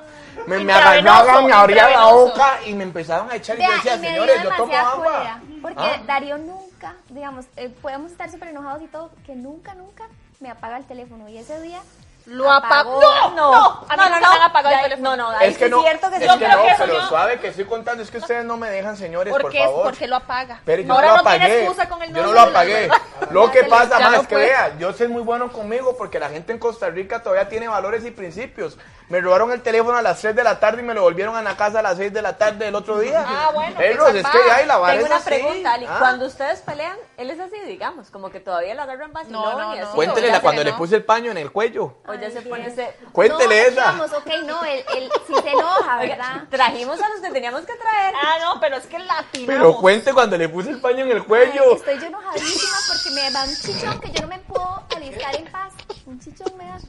me, me agarraban, me
Intravenoso,
abrían la
intravenoso.
boca y me empezaban a echar. Y yo
Vea,
decía,
y me dio
señores, yo tomo
demasiada
agua.
cólera, Porque
Ah.
Darío nunca, digamos, eh, podemos estar súper enojados y todo, que nunca, nunca me apaga el teléfono. Y ese día.
Lo apagó.
apagó.
No, a mí no, me han apagado el
Ya,
teléfono.
No, no, ahí
es que
sí
no,
es cierto que
es
sí.
que
Yo creo
no,
que eso
pero
no-
suave que estoy contando, es que ustedes no me dejan, señores, por,
Porque, es,
favor.
porque lo apaga.
Pero yo
Ahora
no lo
no tiene
apagué.
excusa con el
yo no
novio de
lo
la
apagué. Lo que
Ya
pasa más
no
es que
puede.
vea, yo soy muy bueno conmigo porque la gente en Costa Rica todavía tiene valores y principios. Me robaron el teléfono a las 3 de la tarde y me lo volvieron a la casa a las 6 de la tarde del otro día.
Ah, bueno, qué
Perros, es
zapá.
que ahí la vara
Tengo
es
una
así.
pregunta, Ali.
Ah.
Cuando ustedes pelean, él es así, digamos, como que todavía lo agarran vacilón
No, no,
y
no.
así.
Cuéntele
o
la
ya-
cuando
se
le
no.
puse el paño en el cuello.
O ya se pone ese...
Cuéntele
no,
esa.
Digamos, ok, no, él, él sí se enoja, ¿verdad?
Oiga, trajimos a los que teníamos que traer.
Ah, no, pero es que la tiramos.
Pero cuente cuando le puse el paño en el
Ay,
cuello.
Estoy yo enojadísima porque me da un chichón que yo no me puedo alistar en paz. Un chichón me da.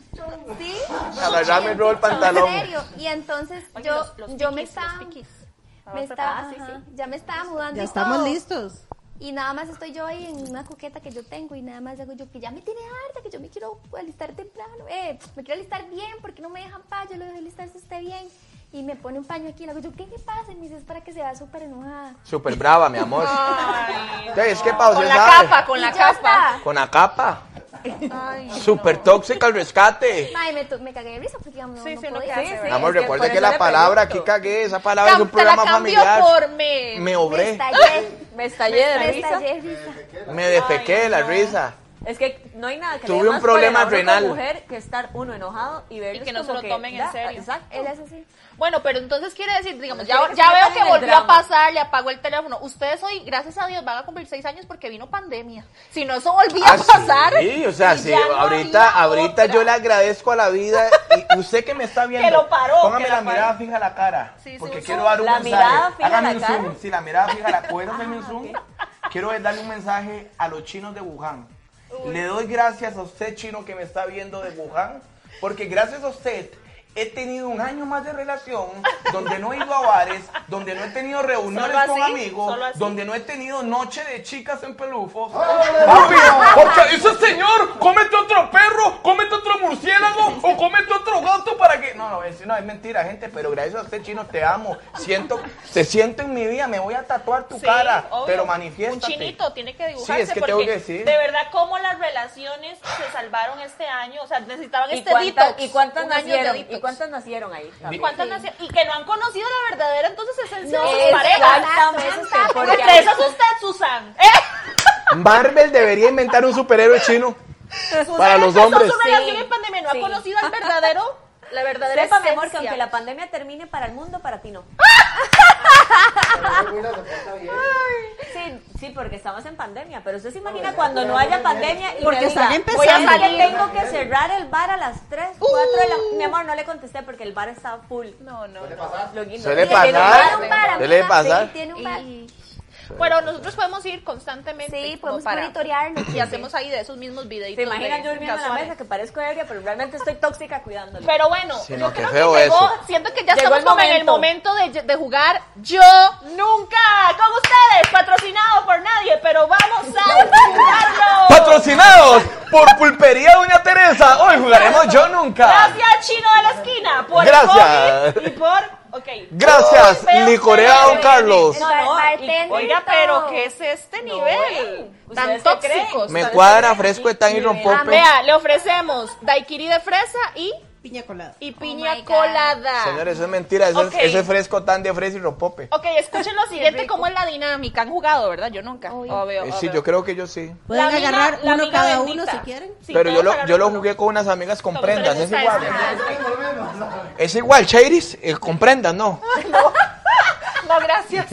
Sí.
Agarrame el rollo del pantalón.
En serio. Y entonces
Oye,
yo,
los- los
yo me
piquis, los
estaba.
piquis.
Me estaba, ajá, ya me estaba mudando.
Ya
y
estamos
todo.
listos.
Y nada más estoy yo ahí en una coqueta que yo tengo y nada más digo yo que ya me tiene harta, que yo me quiero alistar temprano, eh, me quiero alistar bien porque no me dejan paz, yo lo dejo alistarse usted bien. y me pone un paño aquí. Le hago yo, ¿qué le pasa? Y me dice, es para que se vea súper enojada.
Súper brava, mi amor.
Ay,
Entonces, es que pa' usted
con la
sabe.
capa, con
Y
la
yo
capa.
Con la capa.
estaba-
Súper tóxica al rescate.
Ay, me, to- me cagué de risa porque digamos, no,
Sí,
no
sí, uno
podía.
que hace,
Sí,
¿verdad?
Amor,
es que por
recuerde que
eso
la
le
palabra aquí
pregunto.
cagué, esa palabra es un
Te la
programa
cambio
familiar.
por me.
Me
Me
obré,
estallé.
Me estallé de
me
risa.
estallé de risa.
me defequé de la risa.
Es que no hay nada que
Tuve
le dé
un
más
problema
cólera a uno como
renal.
mujer que estar uno enojado y ver
Y que no se lo tomen en serio.
Exacto.
Él es así.
Bueno, pero entonces quiere decir, digamos, ya,
Quiere que
ya
se metan
veo que
en el
volvió a
drama.
pasar, le apagó el teléfono. Ustedes hoy, gracias a Dios, van a cumplir seis años porque vino pandemia. Si no, eso volvía
Ah,
a pasar.
sí, o sea,
y
sí,
ya no
ahorita,
había
ahorita
otra.
yo le agradezco a la vida y usted que me está viendo,
lo paró,
póngame
que
la,
la
mirada fija a la cara,
Sí, sí,
porque
un
quiero
zoom.
dar un
La
mensaje,
mirada fija a la
hágame un
cara.
zoom, sí, la mirada fija a la cara, hágame
Ah,
un zoom, quiero darle un mensaje a los chinos de Wuhan, le doy gracias a usted chino que me está viendo de Wuhan, porque gracias a usted he tenido un año más de relación, donde no he ido a bares, donde no he tenido reuniones
Solo
con
así,
amigos,
solo así.
donde no he tenido noche de chicas en pelufos, Papi, porque dice señor, cómete otro perro, cómete otro murciélago o cómete otro gato para que. No, no, es, no, es mentira, gente, pero gracias a usted, chino, te amo. Siento, te siento en mi vida, me voy a tatuar tu
Sí,
cara,
obvio.
pero
Un
manifiéstate.
chinito tiene que dibujarse
Sí, es que
porque
tengo que decir.
de verdad cómo las relaciones se salvaron este año, o sea, necesitaban
¿Y
este
cuántas,
detox,
y cuántas
un año de
nacieron?
detox.
¿Y cuántas nacieron ahí?
¿Y
también?
cuántas nacieron? Y que no han conocido la verdadera entonces esencia de sus parejas.
Exactamente. porque
Entre esas usted, Susan. ¿Eh?
Marvel debería inventar un superhéroe chino para los
Empezó
hombres.
su relación
Sí,
en pandemia, no
sí.
ha conocido al verdadero, la verdadera
Sepa, mi
esencia.
amor, que aunque la pandemia termine para el mundo, para ti no. Sí, sí, porque estamos en pandemia, pero usted se imagina cuando no haya pandemia y
Porque
me
están
diga,
empezando.
"Voy a salir, tengo que cerrar el bar a las 3, 4 de
Mm.
la Mi amor, no le contesté porque el bar estaba full.
No, no.
Lo guindo.
Suele
Y tiene un
pasar.
bar, un bar,
amiga,
Suele pasar.
Sí, tiene un bar.
Y- Bueno, nosotros podemos ir constantemente.
Sí,
como
podemos
para-
monitorearlo.
Y hacemos ahí de esos mismos videitos.
¿Se imaginan
de-
yo durmiendo en la
casuales.
mesa que parezco ebria, pero realmente estoy tóxica cuidándolo?
Pero bueno,
Sí, no,
yo
qué
creo
feo
que llegó,
eso.
siento que ya
Llegó
estamos
el
como en el momento de, de jugar Yo Nunca con ustedes, patrocinado por nadie, pero vamos a jugarlo.
Patrocinados por Pulpería Doña Teresa. Hoy jugaremos Yo Nunca.
Gracias, Chino de la Esquina, por
Gracias.
el COVID y por... Ok.
Gracias,
Uy, vea
Licorea
usted,
Don Carlos.
No,
Bar-
no,
bartender.
Oiga, pero ¿qué es este
No,
nivel?
¿ustedes
Tan
qué creen?
tóxicos.
Me cuadra fresco de tan y
Ah,
rompope.
vea, le ofrecemos daiquiri de fresa y,
Piña colada.
y piña
my God.
colada.
Señores, eso es mentira. Eso, es-
Ok.
eso es fresco tan de fresa y rompope.
Ok, escuchen lo siguiente, cómo es la dinámica. Han jugado, ¿verdad? Yo nunca.
Obvio.
Obvio,
Eh, sí,
obvio.
yo creo que yo sí.
Pueden
La amiga-
agarrar
la
uno
amiga
cada
bendita.
uno si quieren.
Sí,
Pero yo
todos
lo,
agarran
yo lo
uno.
jugué con unas amigas con
Todos
prendas, es
ustedes
igual.
saben.
Es igual, Chairis, eh, con prendas, no.
No, gracias.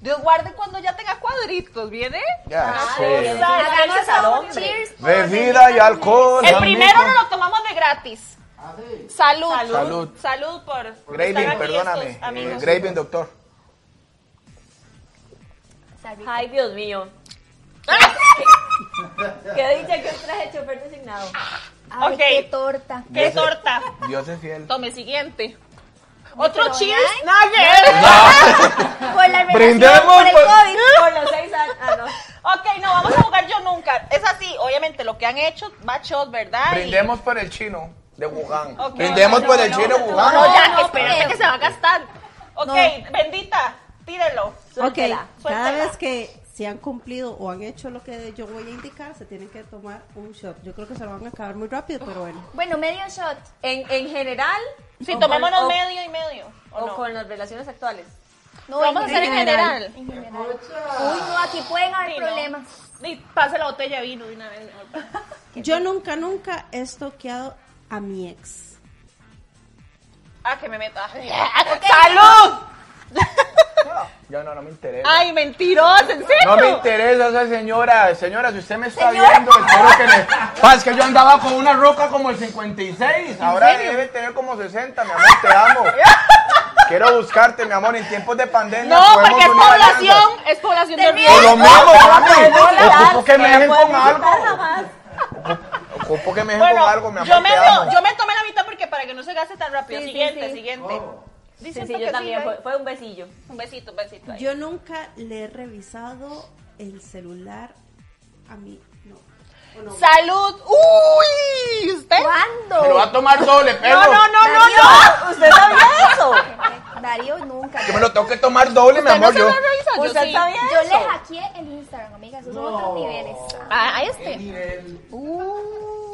Dios guarde cuando ya tenga cuadritos, ¿viene?
Ya,
Ah,
sí.
Exacto.
Hagamos
Gracias a
un
hombre.
cheers por
Bebida y
Benita
alcohol.
El
amigo.
primero no lo tomamos de gratis. Salud.
Salud.
Salud por. por estar
Graving,
aquí
perdóname.
estos amigos.
Eh, Graving, doctor.
Benita.
Ay, Dios mío. Qué dicha que traje chofer designado.
Ay,
Ok.
qué torta.
¡Qué
Dios es-
torta!
Dios es fiel.
Tome siguiente. Otro
pero
cheers.
ay.
Nugget.
Por la relación,
Brindemos
por el
por-
COVID.
Por los seis años. Ah, no.
Ok, no, vamos a jugar yo nunca. Es así, obviamente, lo que han hecho, machos, ¿verdad? Y-
Brindemos por el chino de Wuhan.
Ok.
Brindemos
No,
por
no,
el
no,
chino
no,
de Wuhan.
No, ya,
no,
espérate
creo.
que se va a gastar. Ok,
No.
bendita, tírenlo.
Ok,
Suéltela,
cada
suéltela.
vez que se han cumplido o han hecho lo que yo voy a indicar, se tienen que tomar un shot. Yo creo que se lo van a acabar muy rápido, pero bueno.
Bueno, medio shot.
En, en general.
Sí,
o
tomémonos
con- o-
medio y medio. ¿o
O
no?
con las relaciones actuales.
No,
Lo vamos a
en
hacer en general.
En general. Uy, no, aquí pueden haber
Sí, no.
problemas.
Y pase la botella de vino de una vez. mejor.
Yo nunca, nunca he toqueado a mi ex.
Ah, que me meta. ¡Salud!
Ya no, no me interesa.
Ay, mentiroso, en serio.
No me interesa esa señora. Señora, si usted me está viendo, espero que me... Pa, es que yo andaba con una roca como el 56. Ahora debe tener como 60, mi amor, te amo. Quiero buscarte, mi amor, en tiempos de pandemia.
No,
podemos
porque es
unir alianzas.
población, es población de
Por lo
riesgo.
mismo, papi.
Ojalá,
Ocupo que me
Ah, no
dejen con
podemos
algo.
quitar jamás.
Ocupo que me dejen
Bueno,
con algo, mi amor,
yo,
te amo.
medio, yo me tomé la mitad porque para que no se gaste tan rápido.
Sí, sí,
siguiente,
sí.
siguiente.
Oh.
Dicen
Sí, sí,
que
yo también.
¿eh?
Fue, fue un besillo.
Un besito, un besito. ahí.
Yo nunca le he revisado el celular a mi no. Bueno,
Salud. Uy,
¿Eh?
usted.
¿Cuándo?
Me lo va a tomar doble, perro.
No, no, no, no, no.
Darío.
¿Usted sabía eso?
Darío nunca.
Yo me lo tengo que tomar doble, mi
Usted no
amor.
se
Yo.
lo realiza,
Pues
yo
¿Usted
sí.
sabía
Yo le
eso?
hackeé el Instagram, amiga. Esos son otros niveles.
Ah, ahí este.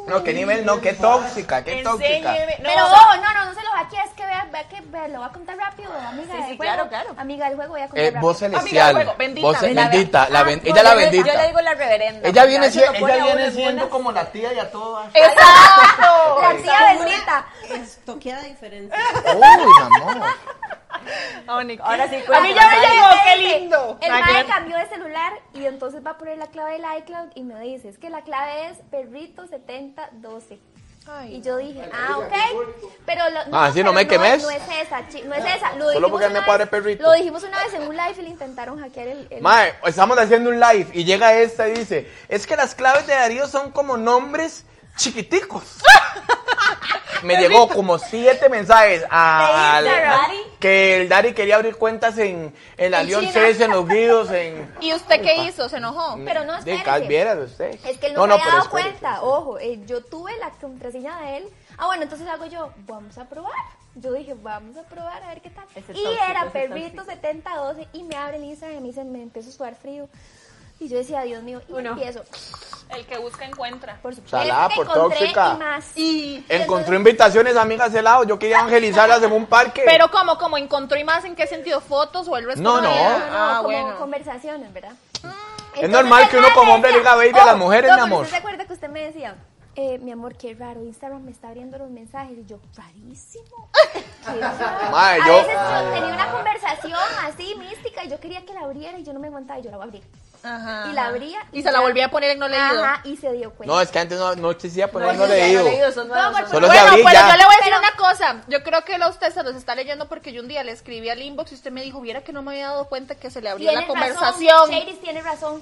No, qué nivel, no, qué tóxica, qué tóxica.
Enséñeme. No,
Pero
o
no,
sea,
no, no, no se lo hackeé. Es que vea, vea que vea, lo voy a contar rápido, amiga.
Sí,
del
sí,
juego.
claro, claro.
Amiga del juego, voy a contar
Eh,
rápido.
voz
Amiga,
celestial.
luego, bendita,
Voz-
bendita.
bendita, la ben-
Ah,
ella la
yo le-
bendita.
Yo le digo la reverenda.
Ella viene,
siendo
siendo, ella viene siendo como la tía y a todas.
Eh,
Uy,
Exacto.
La tía bendita.
estoqueada diferente.
mi amor.
Ah,
Ahora sí,
A mí ya me
Entonces,
llegó, qué
él dice,
lindo.
El
Ah,
mae
claro.
cambió de celular y entonces va a poner la clave del iCloud y me dice, es que la clave es perrito7012. y yo dije, ah, ok, pero lo-
Ah, sí, no
pero
me quemes.
No es esa, chi- no es esa. Lo
Solo
dijimos
porque
una
me pare
vez-
perrito.
Lo dijimos una vez en un live y le intentaron hackear el... el-
Mae, estamos haciendo un live y llega esta y dice, es que las claves de Darío son como nombres chiquiticos. Me llegó como siete mensajes a,
¿De Instagram? Daddy?
que el Dari quería abrir cuentas en, en la
En
León
China.
6, en los Guidos, en...
¿Y usted qué hizo? ¿Se enojó?
Pero no,
De
espérese.
Calviera de usted.
Es que él no, se había
pero
dado
espérese.
cuenta, ojo, eh, yo tuve la contraseña de él. Ah, bueno, entonces hago yo, vamos a probar. Yo dije, vamos a probar a ver qué tal.
Ese
y
tóxico,
era
ese
perrito 7012 y me abre el Instagram y me dice, me empiezo a sudar frío. Y yo decía, Dios mío, y
Uno.
empiezo.
el que busca encuentra.
Por supuesto
Salada,
que
por
encontré
tóxica.
y más.
Y.
Encontró invitaciones, amigas helado. Yo quería evangelizarlas en un parque.
Pero como, como encontró y más en qué sentido, fotos o el resto
No,
de-
no.
No, no,
Ah,
como
bueno.
conversaciones, ¿verdad?
Es normal que uno como hombre le diga baby a las mujeres, mi amor.
¿Se acuerda que usted me decía? eh, mi amor, qué raro, Instagram me está abriendo los mensajes. Y yo, rarísimo. qué raro.
Mae,
a
yo-
veces yo tenía una conversación así mística y yo quería que la abriera y yo no me aguantaba y yo la voy a abrir.
Ajá.
Y la abría.
Y se la volvía a poner en no leído.
Ajá, y se dio cuenta.
No, es que antes no, no existía, pues no,
No,
no
yo ya
leído.
no pues, he leído, son nuevos,
Vamos,
son
Solo se
bueno,
abrí
pero
ya.
yo le voy a decir
Pero-
una cosa. Yo creo que lo- usted se los está leyendo porque yo un día le escribí al inbox y usted me dijo, viera que no me había dado cuenta que se le abrió la
Tiene
conversación.
Razón, Shadis tiene razón.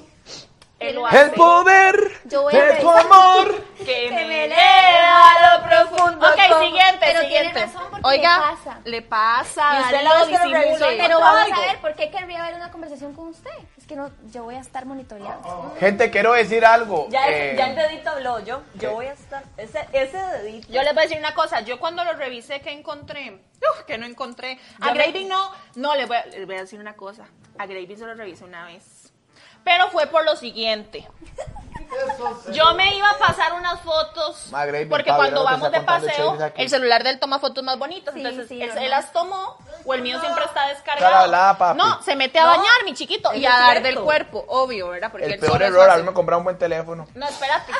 Él
Tiene
lo
razón.
El poder
Yo voy a
de tu
revisar.
amor.
Que
me
me
eleva
eleva lo profundo. Ok,
como-
siguiente,
Pero tiene
siguiente.
razón porque
Oiga,
le pasa.
le pasa.
Y usted
Darío,
la vez que lo
disimule.
revisó,
Pero
Pero vamos
algo.
a ver, ¿por qué querría haber una conversación con usted? Es que no, yo voy a estar monitoreando.
Gente, quiero decir algo.
Ya,
Eh,
el- ya el dedito habló, yo, yo voy a estar, ese, ese dedito.
Yo les voy a decir una cosa, yo cuando lo revisé, ¿qué encontré? Uf, que no encontré. A
Yo me-
Graving no, no, les voy a, les voy a decir una cosa, a Graving se lo revisé una vez. Pero fue por lo siguiente. Yo me iba a pasar unas fotos
Ma, Graving,
porque
Pablo,
cuando
no te
vamos
está
de
contando
paseo,
chismes aquí.
el celular de él toma fotos más bonitas,
Sí,
entonces
sí,
él,
normal.
él las tomó o el mío siempre está
Cara
descargado.
hablada, papi.
No, se mete a
No,
bañar, mi chiquito, y
eso
a
es
dar
cierto.
del cuerpo, obvio, ¿verdad? Porque
el
él solo
peor
es
error,
así.
haberme comprado un buen teléfono.
No, espérate.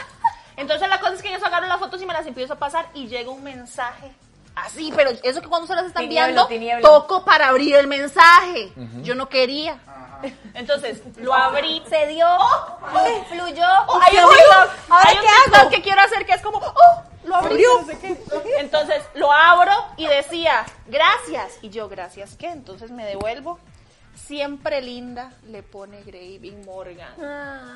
Entonces la cosa es que yo agarro las fotos y me las empiezo a pasar y llega un mensaje. Así, pero eso que cuando se las están
Tinieblo,
enviando,
tinieblo.
toco para abrir el mensaje. Yo no quería. Entonces, lo abrí.
Se dio, fluyó.
Oh, hay un TikTok, hay un TikTok que quiero hacer que es como, oh, lo abrió. Entonces, lo abro y decía, gracias. Y yo, gracias, ¿qué? Entonces me devuelvo. Siempre linda le pone Graving Morgan.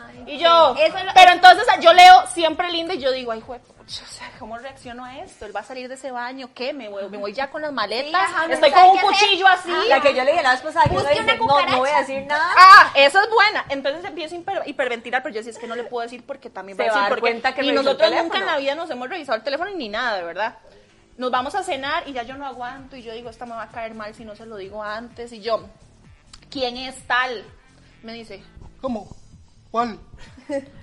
Ay,
Y yo,
Eso es lo-
pero entonces yo leo siempre linda y yo digo, ay, juez, o sea, ¿cómo reacciono a esto? Él va a salir de ese baño, ¿qué? Me voy, me voy ya con las maletas,
Sí, ajá, no
estoy
sabe
con un
qué hacer.
cuchillo así.
La que yo le dije la vez pasada, que yo
Busque
le
una
dije, no,
cucaracha.
no voy a decir nada.
Ah, esa es buena. Entonces empiezo a hiper- hiperventilar, pero yo sí es que no le puedo decir porque también
Se
va a
va a
decir
dar
porque
cuenta que
y
revisó el
nosotros nunca
teléfono.
en la vida nos hemos revisado el teléfono ni nada, de verdad. Nos vamos a cenar y ya yo no aguanto y yo digo, esta me va a caer mal si no se lo digo antes y yo, ¿quién es tal? Me dice,
¿Cómo? ¿Cuál?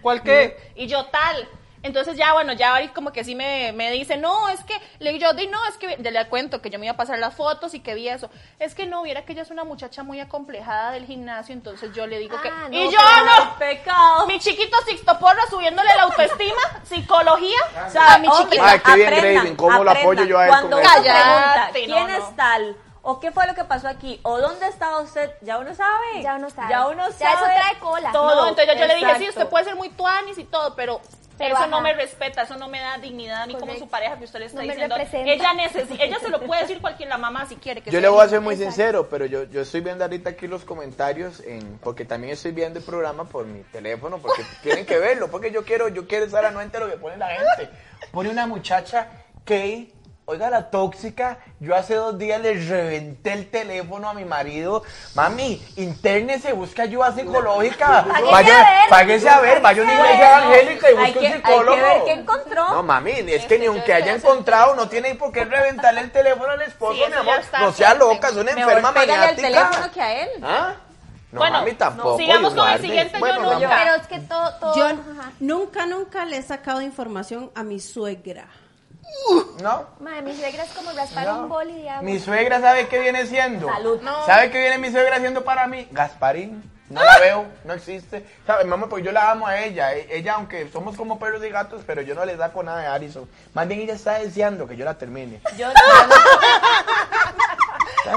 ¿Cuál qué? Y yo tal. Entonces ya, bueno, ya ahorita como que sí me, me dice, no, es que, le digo yo, di, no, es que, ya le cuento que yo me iba a pasar las fotos y que vi eso. Es que no, viera que ella es una muchacha muy acomplejada del gimnasio, entonces yo le digo que...
Ah, no,
y yo
pero
no,
Pecado.
mi chiquito Sixto Porro subiéndole la autoestima, psicología,
Ah,
O sea,
a mi chiquito.
Ay, qué bien,
Ah, aprendan,
Graving, cómo lo apoyo yo a él
Cuando
con
uno
eso.
pregunta,
Cállate,
¿quién
no, no.
es tal? ¿O qué fue lo que pasó aquí? ¿O dónde estaba usted? Ya uno sabe.
Ya uno sabe.
Ya uno
Ya
sabe.
eso trae cola.
todo.
No, entonces yo, yo le dije, sí,
Exacto.
usted puede ser muy tuanis y todo, pero...
Pero
eso
ajá.
no me respeta, eso no me da dignidad, ni como
Correcto.
su pareja que usted le está
No me
diciendo.
representa.
Ella, necesi- ella se lo puede decir cualquier la mamá si quiere. Que sea
Yo le voy a
linda.
ser muy
Exacto.
sincero, pero yo, yo estoy viendo ahorita aquí los comentarios, en, porque también estoy viendo el programa por mi teléfono, porque tienen que verlo, porque yo quiero, yo quiero estar anuente a lo que pone la gente. Pone una muchacha que Oiga, la tóxica, yo hace dos días le reventé el teléfono a mi marido. Mami, internese, busque ayuda psicológica.
Páguese
Vaya-
a ver.
Páguese a ver, vaya a una iglesia evangélica
Hay
y busque
que,
un
hay
psicólogo.
que ver qué encontró.
No, mami, es que ni aunque haya encontrado, no tiene por qué reventarle el teléfono al esposo,
Sí, eso
mi
ya
amor.
está,
no sea
fuerte.
loca, es una enferma
pégale al
maniática.
teléfono que a él.
¿Ah? No,
Bueno,
mami, tampoco.
no, sigamos
Dios
con el
guarde.
siguiente,
Bueno,
yo
no,
nunca.
Pero es que todo, todo.
Yo
ajá.
nunca, nunca le he sacado información a mi suegra.
no.
Madre, mi suegra es como raspar un boli de agua.
Mi suegra sabe qué viene siendo.
Salud.
¿Sabe qué viene mi suegra siendo para mí? Gasparín. No la veo, no existe. ¿Sabe, mamá? Pues yo la amo a ella. E- Ella, aunque somos como perros y gatos, pero yo no le saco nada de Harrison. Más bien ella está deseando que yo la termine.
Yo,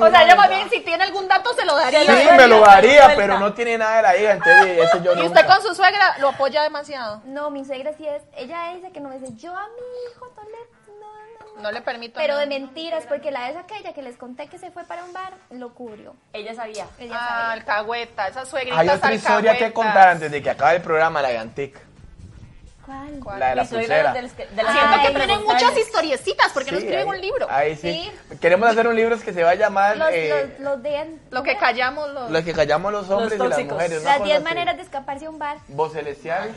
O sea, yo más bien, si tiene algún dato, se lo daría.
Sí,
la
me lo
suelta,
daría,
suelta.
pero no tiene nada de la hija, entonces ese yo
Y usted
nunca.
con su suegra lo apoya demasiado.
No, mi suegra sí es. Ella dice que no me dice, yo a mi hijo no le. No, no, no.
No le permito.
Pero
nada.
de mentiras, porque la vez aquella que les conté que se fue para un bar, lo cubrió.
ella sabía.
Ella
Ah,
sabe.
alcahueta, esas suegritas
Hay otra historia que
alcahuetas.
contar antes de que acabe el programa, la de Antic,
¿Cuál?
la de la
Mi suegra
pulsera.
de los que- de los
Siento
Siento
Ay,
que tienen muchas historiecitas porque no
Sí,
escriben
ahí-
un libro.
Ahí sí. Queremos hacer un libro que se va a llamar
Los,
eh,
los, los de.
Lo que callamos los.
Lo que callamos los hombres y las
tóxicos.
mujeres.
Las 10 maneras de escaparse a un bar.
Voz celestial.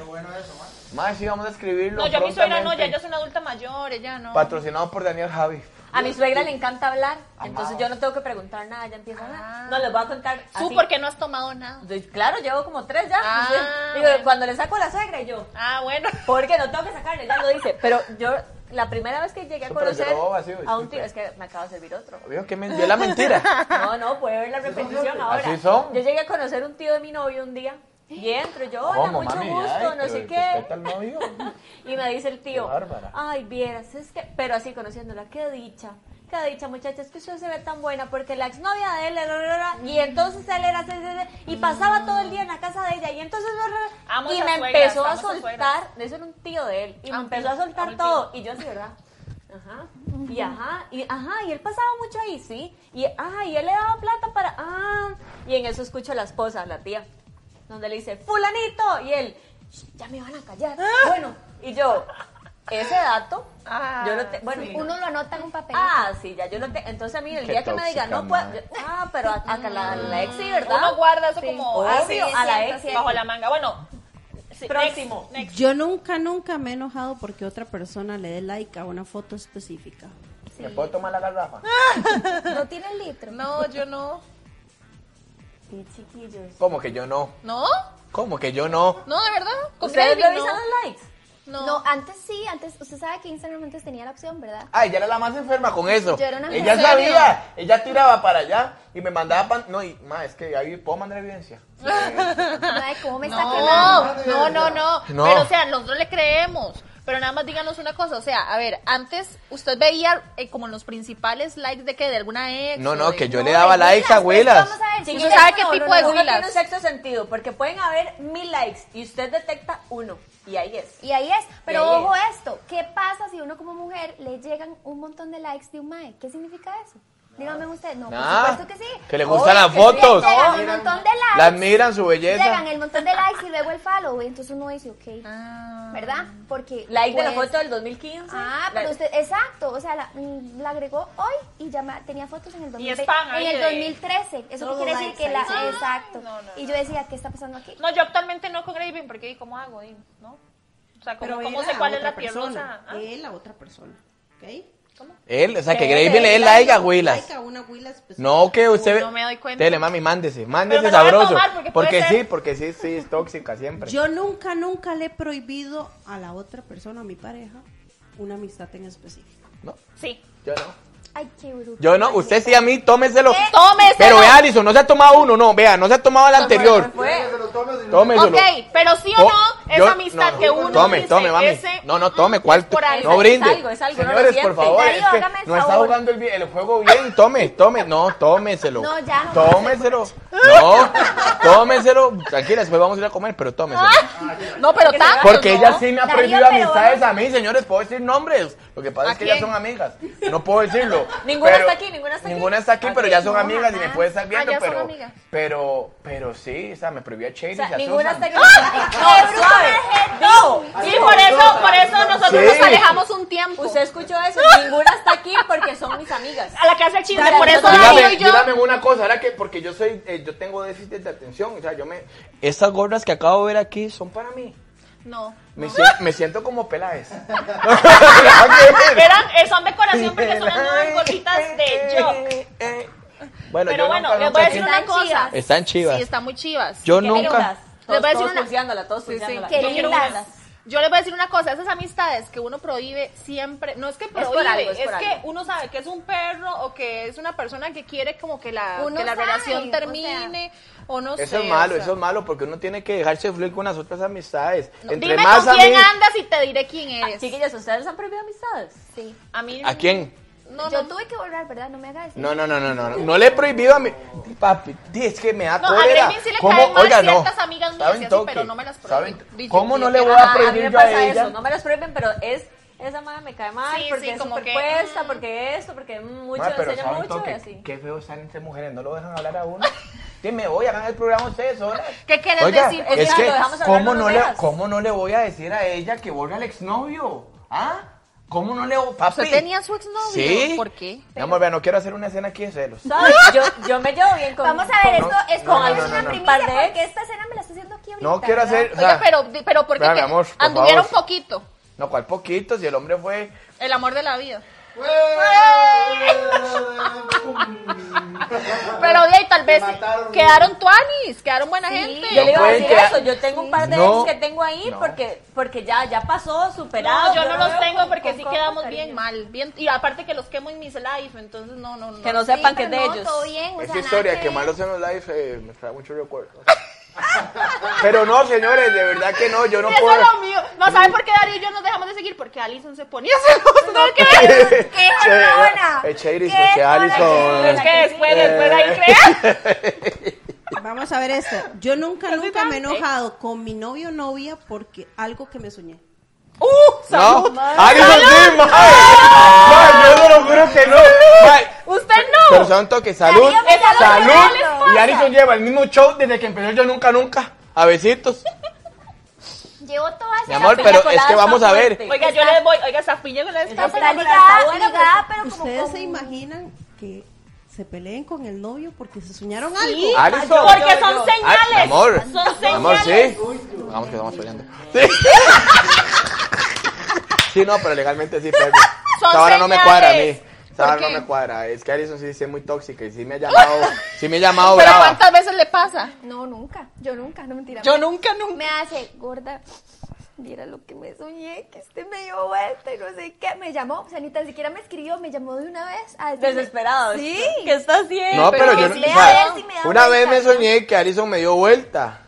Más sí, vamos a escribirlo.
No, yo a mi suegra no, ya
prontamente.
yo soy una adulta mayor, ella no.
Patrocinado por Daniel Javi.
A mi suegra le encanta hablar, entonces yo no tengo que preguntar nada, ya empieza
Ah.
a No, les voy a contar.
Tú,
así.
porque no has tomado nada.
Yo- Claro, llevo como tres ya.
Ah,
Yo- digo,
bueno.
cuando le saco la suegra y yo,
Ah, bueno.
porque no tengo que sacarle, ya lo dice. Pero yo, la primera vez que llegué a
Eso, pero
conocer
yo lo vacío,
a un
disculpe.
tío, es que me acaba de servir otro.
Veo que me dio la mentira.
No, no, puede ver la repetición ahora.
Así son.
Yo llegué a conocer un tío de mi novio un día. Y entro, yo, hola,
¿Cómo,
mucho
mami?
gusto,
Ay,
no
pero
sé qué.
respeta al novio.
Y me dice el tío,
Qué bárbara.
ay, vieras, es que, pero así conociéndola, qué dicha, qué dicha, muchacha, es que usted se ve tan buena porque la exnovia de él, era, era, era, y entonces él era, así, así, así, y pasaba todo el día en la casa de ella, y entonces, era, era,
Amo
y
esas
me
suegras,
empezó a
amo esas
soltar, eso era un tío de él, y me
Amo
empezó
tío,
a soltar
amo
todo, y yo así, ¿verdad? Ajá, y ajá, y ajá, y él pasaba mucho ahí, sí, y ajá, y él le daba plata para, ah, y en eso escucho a la esposa, la tía, donde le dice, fulanito, y él, "Shh, ya me van a callar, bueno, y yo, ese dato,
Ah,
yo lo te- bueno, uno,
Uno lo anota en un papel.
ah, sí, ya yo lo tengo, entonces a mí el
Qué
día que me diga,
tóxica,
no puedo,
madre.
yo- ah, pero a, a la, la ex sí, ¿verdad?
Uno guarda eso
Sí.
como
Obvio,
así,
a la
cierto,
ex,
cierto.
bajo la manga. Bueno, sí,
Próximo.
next, next.
Yo nunca, nunca me he enojado porque otra persona le dé like a una foto específica.
Sí.
¿Me puedo tomar la garrafa?
No tiene el litro.
No, yo no.
Sí, chiquillos.
¿Cómo que yo no?
¿No?
¿Cómo que yo no?
No, de verdad. Con
¿Ustedes
Kevin,
revisan los likes?
no.
No,
No.
antes sí, antes. Usted sabe que Instagram antes tenía la opción, ¿verdad?
Ay, ella era la más enferma con eso.
Yo era una
Ella
enferma.
sabía, ella tiraba para allá y me mandaba pan. No, y más, es que ahí puedo mandar evidencia.
Madre, ¿cómo me está quemando?
No, no, no, no.
No.
Pero, o sea, nosotros le creemos. Pero nada más díganos una cosa, o sea, a ver, antes usted veía eh, como los principales likes de que de alguna ex.
No,
o
no,
de-
que yo le daba likes a
Pero
abuelas.
Vamos a ver,
¿Usted
chiquillas,
sabe qué
no,
tipo
no,
de
no.
Uno tiene
Huilas.
un sexto sentido, porque pueden haber mil likes y usted detecta uno, y ahí es.
Y ahí es. Pero
Y ahí
ojo esto, ¿qué pasa si uno como mujer le llegan un montón de likes de un mae? ¿Qué significa eso? Díganme ustedes, no,
Nada.
por supuesto que sí.
Que le gustan las
que
fotos.
sí, Llegan un montón de likes.
Las miran su belleza.
Llegan el montón de likes y luego el follow, y entonces uno dice, ok,
Ah.
¿verdad? Porque
Like de la
pues,
foto del 2015.
Ah,
la-
pero usted, exacto, o sea, la, mm, la agregó hoy y ya ma- tenía fotos en el, 2000
spam ahí
en el
de-
2013. Eso
Todos
que quiere
likes
decir que
ahí,
la...
sí.
exacto. y yo decía, ¿qué está pasando aquí?
No, yo actualmente no con Graving porque ¿y ¿cómo hago? ¿Y ¿No? O sea, ¿cómo,
Pero
cómo
él
sé
a
cuál es
otra
la piel rosa?
persona, Eh.
Ah.
Él a otra persona. ¿Ok?
Él, o sea, que
Que
Gravy
le
le dé
dé
like a Huilas.
Like a una huila específica.
No, que usted.
no me doy cuenta.
Tele, mami, mándese. Mándese
me lo voy a
sabroso.
tomar, porque
porque
puede
sí,
ser.
porque sí, sí, es tóxica siempre.
Yo nunca, nunca le he prohibido a la otra persona, a mi pareja, una amistad en específico.
No,
Sí.
yo no.
Ay, qué bruto.
Yo no, usted sí a mí, tómeselo.
Tómeselo.
Pero vea, Alison, no se ha tomado uno, no, vea, no se ha tomado el anterior.
Fue.
Tómeselo.
Ok, pero sí o
Oh,
no,
yo-
esa amistad
no, no.
que uno
Tome,
dice,
tome, mami.
ese-
no, no, tome, ¿cuál?
por ahí.
No brinde.
Es algo, es algo, no lo
Señores, por
siente.
favor,
Darío,
es que
hágame el
no está
favor.
jugando el, vi- el juego bien. Tome, tome, no, tómeselo.
No, ya no.
Tómeselo. No, tómeselo. Tranquila, después vamos a ir a comer, pero tómeselo.
Ah, No, pero tanto.
Porque
¿no?
ella sí me ha
Darío,
prohibido
pero
amistades
vamos-
a mí, señores, puedo decir nombres. Lo que pasa
¿A
es que ellas
quién?
son amigas. No puedo decirlo.
Ninguna
pero-
está aquí, ninguna está aquí.
Ninguna está aquí, pero
Ok,
ya son
no,
amigas y me
ajá.
puede estar viendo,
ya son
pero,
amigas.
pero, pero sí, o sea, me prohibió a Chase
O sea,
y a
ninguna
Susan.
está aquí. No, suave. No.
Sí, por eso, por eso nosotros nosotros
Sí.
nos alejamos un tiempo.
Usted escuchó eso, ninguna está aquí porque son mis amigas.
a la que hace el chisme,
Dale,
por eso
nosotros-
Darío
Dígame,
y yo.
dígame una cosa, ahora que porque yo soy, eh, yo tengo déficit de atención, o sea, yo me, estas gorras que acabo de ver aquí son para mí.
No.
Me, sien- me siento como Peláez. Nada
Eran, eh, son
que
decoración
ver.
porque son las nuevas gorritas de Jock.
Bueno,
Pero
yo
bueno,
nunca-
les voy a
nunca-
decir una
Están
cosa.
chivas.
Están chivas.
Sí, están muy chivas.
yo
Qué
nunca.
lindas. Todos,
voy a decir
todos
una-
pulseándola, todos pulseándola.
Qué
Yo quiero
lindas.
unas. Yo les voy a decir una cosa, esas amistades que uno prohíbe siempre, no es que prohíbe, es,
algo, es por
que
algo.
uno sabe que es un perro o que es una persona que quiere como que la,
Uno
que la
sabe,
relación
o
termine o, no sé.
Eso es
o
malo,
sea.
eso es malo, porque uno tiene que dejarse fluir con las otras amistades.
No,
Entre
Dime
más
con quién
amigos-
andas y te diré quién eres.
Ah, Chiquillas, ¿ustedes han perdido amistades?
Sí.
A mí
¿A quién?
No,
Yo
no.
tuve que borrar, ¿verdad? No me hagas
No, no, no, no, no, no. No le he prohibido a mi. Papi, di, es que me da
No, a
cólera.
Gremlin sí le
¿Cómo?
caen mal
Oiga, no.
ciertas amigas mías
Saben
y así,
toque.
pero no me las
Saben-
prohíben. Dije,
¿Cómo no le
dije,
voy
ah,
a
a mí
Ah, a mí me
prohibir yo a
pasa eso,
ella?
no me las prueben, pero es, esa madre me cae mal,
Sí,
porque
sí,
es
como
súper
que,
puesta,
mm.
porque esto, porque mm, mucho,
Ma, pero
enseña
saben
mucho y
toque,
así.
Qué feo están entre mujeres, no lo dejan hablar a uno. Dime, voy, hagan el programa ustedes solas.
¿Qué quieres
Oiga, eh,
decir? Pues
Porque
es
ya
que,
lo dejamos hablar,
¿cómo
no
no,
nos
le,
dejas?
¿cómo no le voy a decir a ella que borra al exnovio? ¿Ah? ¿Cómo no le voy a
¿Usted tenía su exnovio?
¿Sí?
¿Por qué?
Mi amor, vea, no quiero hacer una escena aquí de celos.
¿Sabes? Yo, yo me llevo bien con
Vamos a ver,
con-
esto, esto
no, no,
es
no,
una
no.
primicia
Par de-
porque esta cena me la está haciendo aquí ahorita.
No quiero
¿verdad?
hacer. o sea,
Oiga, pero, pero porque
espérame, amor, por
anduvieron
favor.
poquito,
No, cual poquito, si el hombre fue.
el amor de la vida. Pero de ahí tal vez
mataron.
quedaron tuanis, quedaron buena
Sí.
gente.
Yo le iba a
pueden
decir
quedar-
eso, yo tengo un par de
No,
ex que tengo ahí
no.
porque, porque ya, ya pasó, superado.
No, yo no
lo
los
veo
tengo
con-
porque
con
sí
coco,
quedamos
cariño.
bien mal. bien Y aparte que los quemo en mis live, entonces no, no, no.
Que no
Sí,
sepan que es
pero
de
no,
ellos.
todo bien, o sea,
Esta
nada
historia,
que
que
ver.
malos en los lives, eh, me trae muchos recuerdos. Pero no, señores, de verdad que no, yo no
Eso
puedo.
es lo mío. No saben por qué Darío y yo nos dejamos de seguir porque Alison se ponía celosa. No, que
¡Qué
cabrona!
Cheiris,
¡Qué
porque
cabrona!
Alison.
es que después, después
Eh.
ahí crean.
Vamos a ver esto. Yo nunca, nunca me he
¿eh?
enojado con mi novio o novia porque algo que me soñé.
Uh,
No,
salud.
Alison sí, mae. Mae, Yo no lo juro que no. Mae,
Usted
Pero
no.
son toque, salud,
Darío, mira lo que
salud.
Darío les pasa.
Y Alison lleva el mismo show desde que empezó Yo Nunca Nunca. A besitos.
Llevo toda esa
Mi amor,
piña
pero
colada
es que
está
vamos a ver.
fuerte.
Oiga, yo les voy. Oiga, esa piña con la
Está,
estafa.
Está
ligada,
buena, pero-
ligada, pero como
¿Ustedes
con-
se imaginan que se peleen con el novio porque se soñaron algo?
Alison.
Porque son
Ay,
señales.
mi amor.
Son
Mi amor,
señales.
sí. Vamos que estamos peleando. Sí. Sí, no, pero legalmente sí, pero
Son
Ahora no me
señales.
cuadra a mí.
¿Por
Ahora no
qué?
me cuadra. Es que Alison sí, sí es muy tóxica y sí me ha llamado. Sí me ha llamado
Pero
brava.
¿cuántas veces le pasa?
No, nunca. Yo nunca, no mentira.
Yo nunca, nunca.
Me hace, gorda, mira lo que me soñé, que usted me dio vuelta y no sé qué. Me llamó, o sea, ni tan siquiera me escribió, me llamó de una vez. A decirme-
Desesperado.
Sí.
¿Qué está haciendo?
No, pero,
pero
yo
que
no-
lea
o sea,
a ver si me da
una vez
vuelta,
me
¿no?
soñé que Alison me dio vuelta.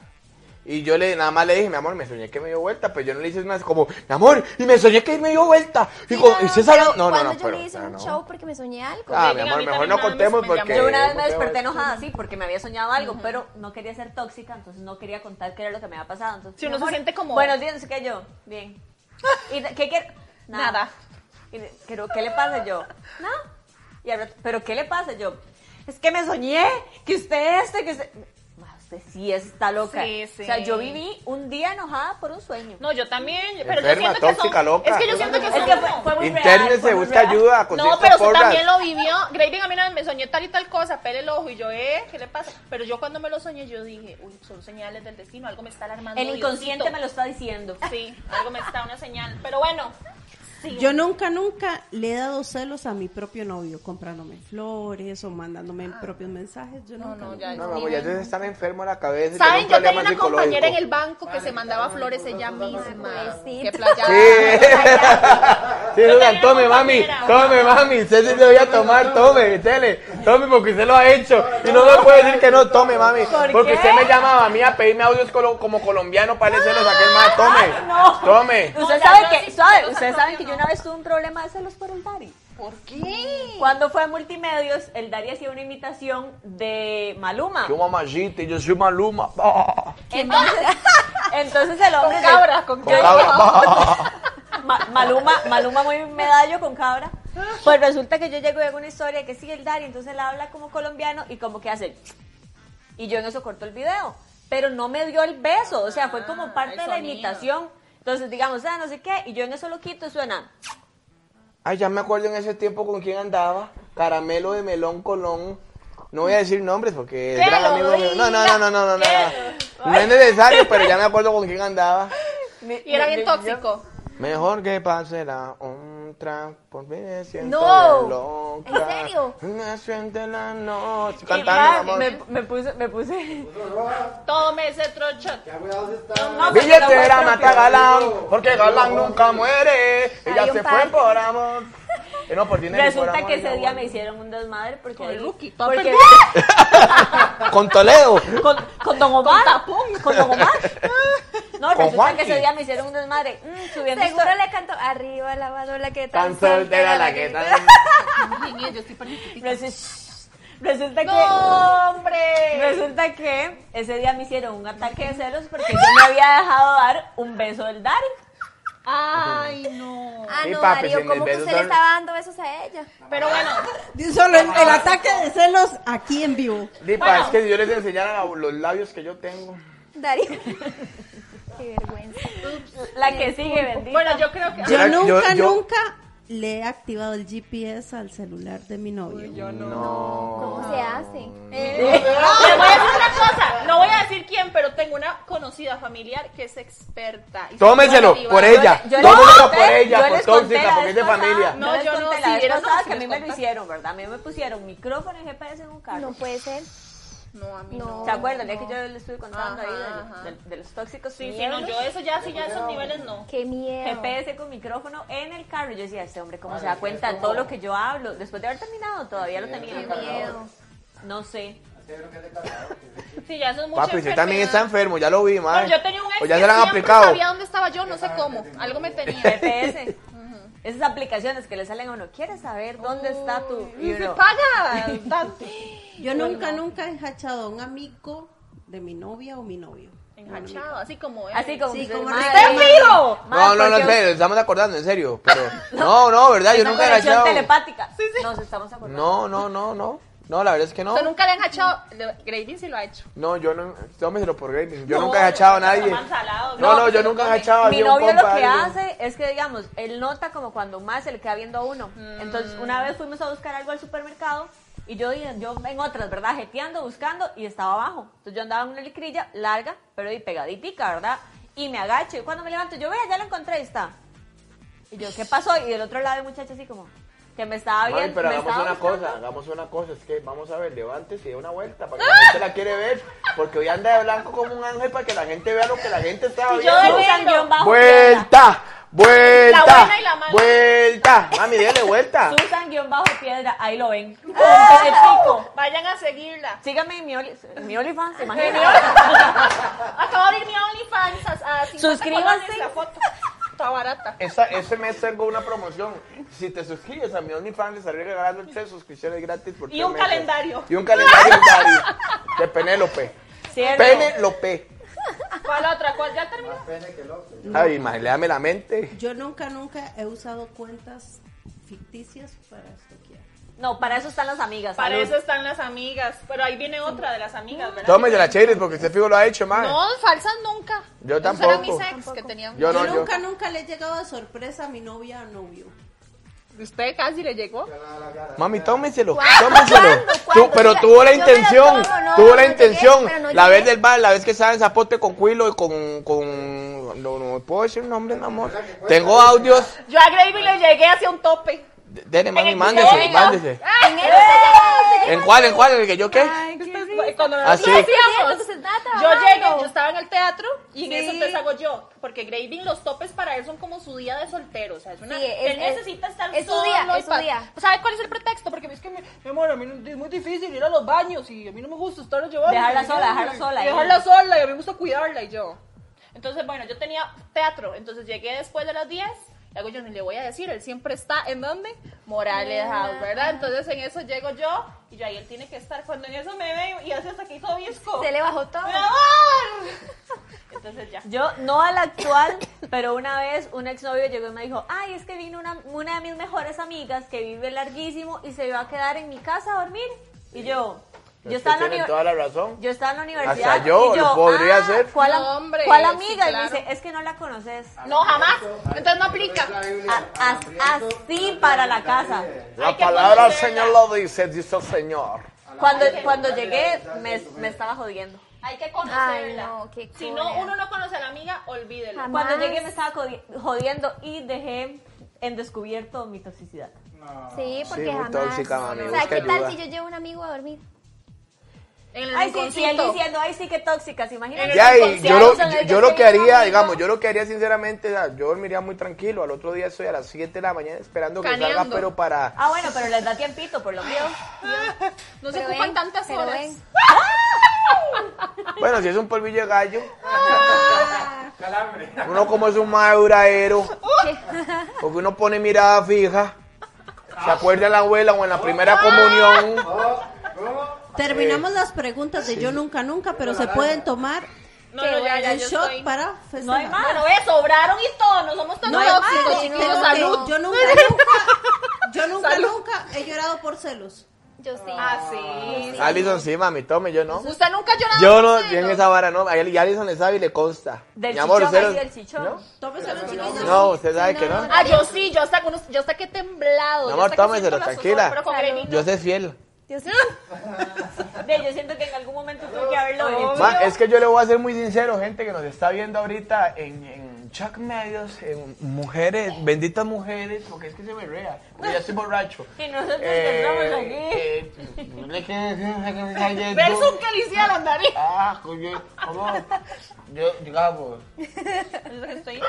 Y yo le nada más le dije, mi amor, me soñé que me dio vuelta, pero yo no le hice más como, mi amor, y me soñé que me dio vuelta. Y,
Sí,
con-
no,
y
no,
César,
pero
no, no,
cuando
no,
yo
pero,
le hice
pero
un
no.
show porque me soñé algo.
Ah, mi
Venga, a
amor,
mí
mejor
también
no
nada más
contemos
me
porque.
llamó.
Yo una vez me
porque-
desperté enojada, sí, porque me había soñado algo, pero no quería ser tóxica, entonces no quería contar qué era lo que me había pasado. Entonces,
Si
mi
uno se
amor,
siente como-
Buenos días, no sé qué yo. Bien. ¿Y de- qué quiere?
Nada.
Y de- pero, ¿qué le pasa yo? Nada. Y al rato, ¿pero qué le pasa yo? Es que me soñé que usted este, que usted. Ma, Usted sí está loca.
Sí, sí.
O sea, yo viví un día enojada por un sueño.
No, yo también. Pero yo
Enferma,
siento que
tóxica,
son,
loca.
Es que yo siento que
es
son.
que fue, fue muy real.
Intérnese,
fue muy
busca
real.
ayuda, consiga
No, pero usted
porras.
también lo vivió. Graving a mí una vez me soñé tal y tal cosa, pele el ojo y yo, eh, ¿qué le pasa? Pero yo cuando me lo soñé, yo dije, uy, son señales del destino, algo me está alarmando.
El inconsciente
Diosito.
me lo está diciendo.
Sí, algo me está una señal. Pero bueno, sí.
Yo nunca, nunca le he dado celos a mi propio novio comprándome flores o mandándome propios mensajes. Yo
Ah. No,
nunca,
no,
nunca.
ya.
No, mi amor, ya ustedes están enfermos la cabeza. y con
¿Saben?
un
Yo tenía
problema
una compañera en el
psicológico.
banco que se mandaba flores ella misma.
sí.
Qué playa.
Sí,
Yo tenía
Susan, tome,
una
mami,
compañera.
tome, mami. Usted sí se voy a tomar, tome, tele, tome, porque usted lo ha hecho. Y no me puede decir que no, tome, mami. Porque usted me llamaba a mí a pedirme audios colo- como colombiano para decirlo, saqué el más,
Ah,
no.
tome, tome.
Ustedes
ya,
saben
yo
que,
sí,
suave,
yo
ustedes
tampoco
saben que yo
no.
una vez tuve un problema de celos por el Dari.
¿Por qué?
Cuando fue a Multimedios, el Dari hacía una imitación de Maluma.
Yo mamacita, y yo soy Maluma. Ah,
Entonces, entonces el hombre... del-
Cabra, con
con cabra.
Ma- Maluma, Maluma muy medallo con cabra. Pues resulta que yo llego y hago una historia que sigue el Dari, entonces él habla como colombiano y como que hace... Y yo en eso corto el video. Pero no me dio el beso, o sea, fue como parte
Ah, el
de la
sonido.
imitación. Entonces, digamos, ah, no sé qué, y yo en eso lo quito, suena.
Ay, Ah, ya me acuerdo en ese tiempo con quién andaba. Caramelo de melón colón. No voy a decir nombres porque es gran amigo mío. No, no, no, no, no, no, no. No, No es necesario, pero ya me acuerdo con quién andaba.
Y era bien tóxico.
Mejor que pasará un tran por mí me siento
No.
bien loca.
¿En serio?
Me siento en la noche.
Y
Cantando,
ma,
amor.
me, me puse, me puse.
Tome ese trocho.
Ya cuidado si está.
Billetera mata galán, porque galán nunca muere. Ella
Hay un
se fue
par.
por amor. Eh, no, por dinero y por
Resulta
amor,
que
mi
ese día
amor.
me hicieron un desmadre porque.
Con el
ahí-
Lucky, todo
porque
Con Toledo.
con, con Don Omar. Con Don Omar. No,
Con
resulta
Juanqui.
que ese día me hicieron un desmadre. Mm, subiendo
Seguro
histo-
le canto arriba la badola que
Tan soltera la que
grita".
tan.
Resu- Resulta que.
¡Hombre!
Resulta que ese día me hicieron un ataque de celos porque yo me había dejado dar un beso del Dari.
Ay, no.
Ah,
Sí,
no,
papi,
Darío,
sin
¿cómo que
besos
usted
son-
le estaba dando besos a ella?
Pero bueno,
Solo el,
Ah.
el ataque de celos aquí en vivo.
Dipa, es que si yo les enseñara la- los labios que yo tengo.
Darío. Qué vergüenza.
La que sigue, bendita.
Bueno, yo creo que.
Yo
Yo-
nunca,
yo-
nunca le he activado el GPS al celular de mi novio.
Oh.
¿Cómo se hace? Eh,
Les voy a decir una cosa. No voy a decir quién, pero tengo una conocida familiar que es experta. Y
Tómenselo
soy
por
una diva.
ella.
Yo les
Tómenselo
conté-
por ella,
yo
por
les conté
tóxica,
la
porque es de
vez pasada-
familia.
No, yo no,
si
la vez
vieras
pasada
no, si
que a mí
les
me lo
contaste.
hicieron, ¿verdad? A mí me pusieron micrófono y GPS en un carro.
No puede ser.
No, a mí no.
No.
¿Se acuerdan? El día que yo les estuve contando ahí de-
Ajá,
de, de los tóxicos
Sí, sí, no,
miedos?
yo eso ya, sí, ya esos niveles no.
Qué miedo.
GPS con micrófono en el carro. Yo decía, este hombre, ¿cómo se da cuenta de todo lo que yo hablo? Después de haber terminado, todavía lo tenía.
Qué miedo.
No sé.
Sí, ya eso es mucho.
Papi, usted también está enfermo, ya lo vi, madre.
Bueno, yo tenía un ex
O ya
que
se la han
siempre
aplicado.
Sabía dónde estaba yo, no sé cómo. Algo me tenía.
GPS. Esas aplicaciones que le salen a uno, ¿quieres saber dónde está tu.? Y
Se
uno,
paga tanto.
Yo nunca, nunca he enjachado a un amigo de mi novia o mi novio.
Enganchado, así como es.
así como.
Sí,
que
como
madre,
Ricardo.
madre,
¡Estúpido!
No, no, no, en
porque-
serio, estamos acordando, en serio. Pero, no, no, verdad, yo
Una
nunca he
conexión
agachado.
telepática. Nos estamos acordando.
No, no, no, no. No, la verdad es que no.
Usted nunca le han hachado. Graving sí lo ha hecho.
No, yo no. este Tómeselo por gaming. Yo nunca he agachado a nadie.
salado,
No, no, yo nunca he agachado a
Mi
así a un
novio lo
compa,
que
algo.
hace es que, digamos, él nota como cuando más se le queda viendo a uno. Entonces, una vez fuimos a buscar algo al supermercado y yo, yo en otras, ¿verdad? Jeteando, buscando y estaba abajo. Entonces, yo andaba en una licrilla larga, pero y pegaditica, ¿verdad? Y me agacho y cuando me levanto, yo, vea, ya lo encontré, ahí está. Y yo, ¿qué pasó? Y del otro lado el muchacho así como, que me estaba
Mami,
viendo.
pero
me
hagamos
estaba
una
buscando.
cosa, hagamos una cosa, es que vamos a ver, levántese y dé una vuelta para que
¡Ah!
la gente la quiere ver, porque hoy anda de blanco como un ángel para que la gente vea lo que la gente está
Si yo
viendo.
de
Usan guión bajo
Pues,
piedra.
Vuelta, vuelta,
La buena y la mala.
vuelta, mami, dele vuelta.
Susan guión bajo piedra, ahí lo ven. Con pico.
Vayan a seguirla.
Síganme en mi, Oli- en mi OnlyFans, imagínate.
Ah, Acabo de abrir mi OnlyFans a, a 50
Suscríbanse.
colones la foto. Está barata.
Esa, ese mes tengo una promoción. Si te suscribes a mi OnlyFans, estaré regalando tres suscripciones gratis por
Y
tres
un
meses.
calendario.
Y un calendario diario de Penélope.
Cierto.
Penélope.
¿Cuál otra? ¿Cuál ya terminó?
Pene que loco.
Ay, madre, dame la mente.
Yo nunca, nunca he usado cuentas ficticias para esto.
No, para eso están las amigas.
Para
salud.
eso están las amigas. Pero ahí viene otra de las amigas, ¿verdad?
Tómese la chévere porque usted fijo lo ha hecho, madre.
No, falsas nunca.
Yo
Esos eran
tampoco.
mis ex que tenían.
Yo no,
yo
yo. Eh,
nunca, nunca le he llegado de sorpresa a mi novia o novio.
Usted casi le llegó.
Mami, tómeselo,
¿Cuándo?
tómeselo.
¿Cuándo?
Tú-
¿Cuándo?
pero
Yo-
tuvo la
yo me la
intención,
tomo, no,
tuvo
no
la
llegué,
intención.
pero no
la
llegué.
vez del bar, la vez que estaba en Zapote con Cuilo y con... con no, no puedo decir nombre, mi amor. Tengo audios.
Yo a Gravy le llegué hacia un tope.
D- Dele, mami,
el
mándese,
video.
mándese.
En eso se
¿En cuál, en cuál? ¿En el que yo qué?
Cuando me
Así.
lleva, se trata,
Yo llegué,
bajando.
yo estaba en el teatro y en
Sí.
eso empecé hago yo. Porque Graving, los topes para él son como su día de soltero. O sea, es una.
Sí, es-
él
es-
necesita estar
es su
solo.
día,
y
es su
pa-
día.
¿Sabe cuál es el pretexto? Porque es que, mi, mi amor, a mí no- es muy difícil ir a los baños y a mí no me gusta estarlo llevando.
Dejarla
Y-
sola, dejarla sola,
y
¿eh?
Dejarla sola y a mí me gusta cuidarla y yo. Entonces, bueno, yo tenía teatro. Entonces llegué después de las 10. y Hago yo, ni le voy a decir, él siempre está en donde? Morales House, ¿verdad? Entonces en eso llego yo y yo ahí él tiene que estar. Cuando en eso me veo y hace hasta que hizo visco.
Se le bajó todo.
¡Mi
¡Eh!
amor! Entonces ya.
Yo, no al actual, pero una vez un exnovio llegó y me dijo, ay, es que vino una, una de mis mejores amigas que vive larguísimo y se va a quedar en mi casa a dormir. Y yo, Yo estaba en la
tiene
univer-
Pues toda la razón.
Yo estaba en la universidad.
Hasta yo
y
lo podría
ah,
hacer.
¿Cuál, am-
No, hombre,
cuál
sí,
amiga? Y me
claro.
dice, es que no la conoces.
No, jamás. Entonces no aplica.
A- as- así para la casa.
La palabra del Señor lo dice, dice el Señor.
Cuando, cuando llegué, me, me estaba jodiendo.
Hay que conocerla.
Ay, no, qué
si
cólera.
no, uno no conoce a la amiga, olvídelo.
Jamás.
Cuando llegué, me estaba jodi- jodiendo y dejé en descubierto mi toxicidad.
Sí, porque
Sí, muy
jamás.
tóxica, mami,
O
busca
sea, ¿qué
ayuda.
tal si yo llevo a un amigo a dormir?
En el
Ay, sí, sí, él
rinconcito.
diciendo, ay, sí, que tóxicas, imagínate.
Y ahí, yo lo,
Concienciados en
yo,
el
yo
que
lo que
tengo
haría,
amigo.
digamos, yo lo que haría sinceramente, la- yo dormiría muy tranquilo. Al otro día estoy a las 7 de la mañana esperando que salga,
Caneando.
pero para...
Ah, bueno, pero les da tiempito, por lo menos.
No se
Pero
ocupan
ven,
tantas
pero
horas.
ven.
Bueno, si es un polvillo de gallo. Uno como es un madurero. Porque uno pone mirada fija. Se acuerda en la abuela o en la primera comunión.
Terminamos las preguntas de yo nunca nunca, pero se pueden tomar
No, no, ya, ya,
el
yo
shot
estoy-
para
No hay
festejar.
más.
Bueno, ve, sobraron y todo, no somos tan
No hay más,
tóxicos,
no,
chiquillos,
tengo que-
salud.
Yo nunca nunca, yo nunca nunca he llorado por celos.
Yo sí.
Ah, sí.
Alison, sí, mami, tome, yo no.
Usted nunca ha llorado.
Yo no, en esa vara no. A Alison le sabe y le consta.
Del
Mi amor,
chichón,
usted
ahí
no-
del chichón.
Tómeselo, chiquillos.
No, usted sabe que no.
No,
Ah, yo sí, yo hasta, que uno- yo hasta que he temblado.
Mi
yo
amor,
hasta que
tómeselo,
siento la
tranquila.
sudor, pero con
Salud.
cremita.
Yo soy fiel.
Yo sí.
Ve, yo siento que en algún momento tuve que
Oh.
haberlo hecho.
Ma, es que yo le voy a ser muy sincero, gente que nos está viendo ahorita en, en Chuck Medios, en mujeres, benditas mujeres, porque es que se me rea, porque ya estoy borracho.
Y nosotros
Eh, eh, no le quieres decir-
Versus que le hicieron, Darío.
Ah, coño, ¿cómo? Yo, digamos,
Estoy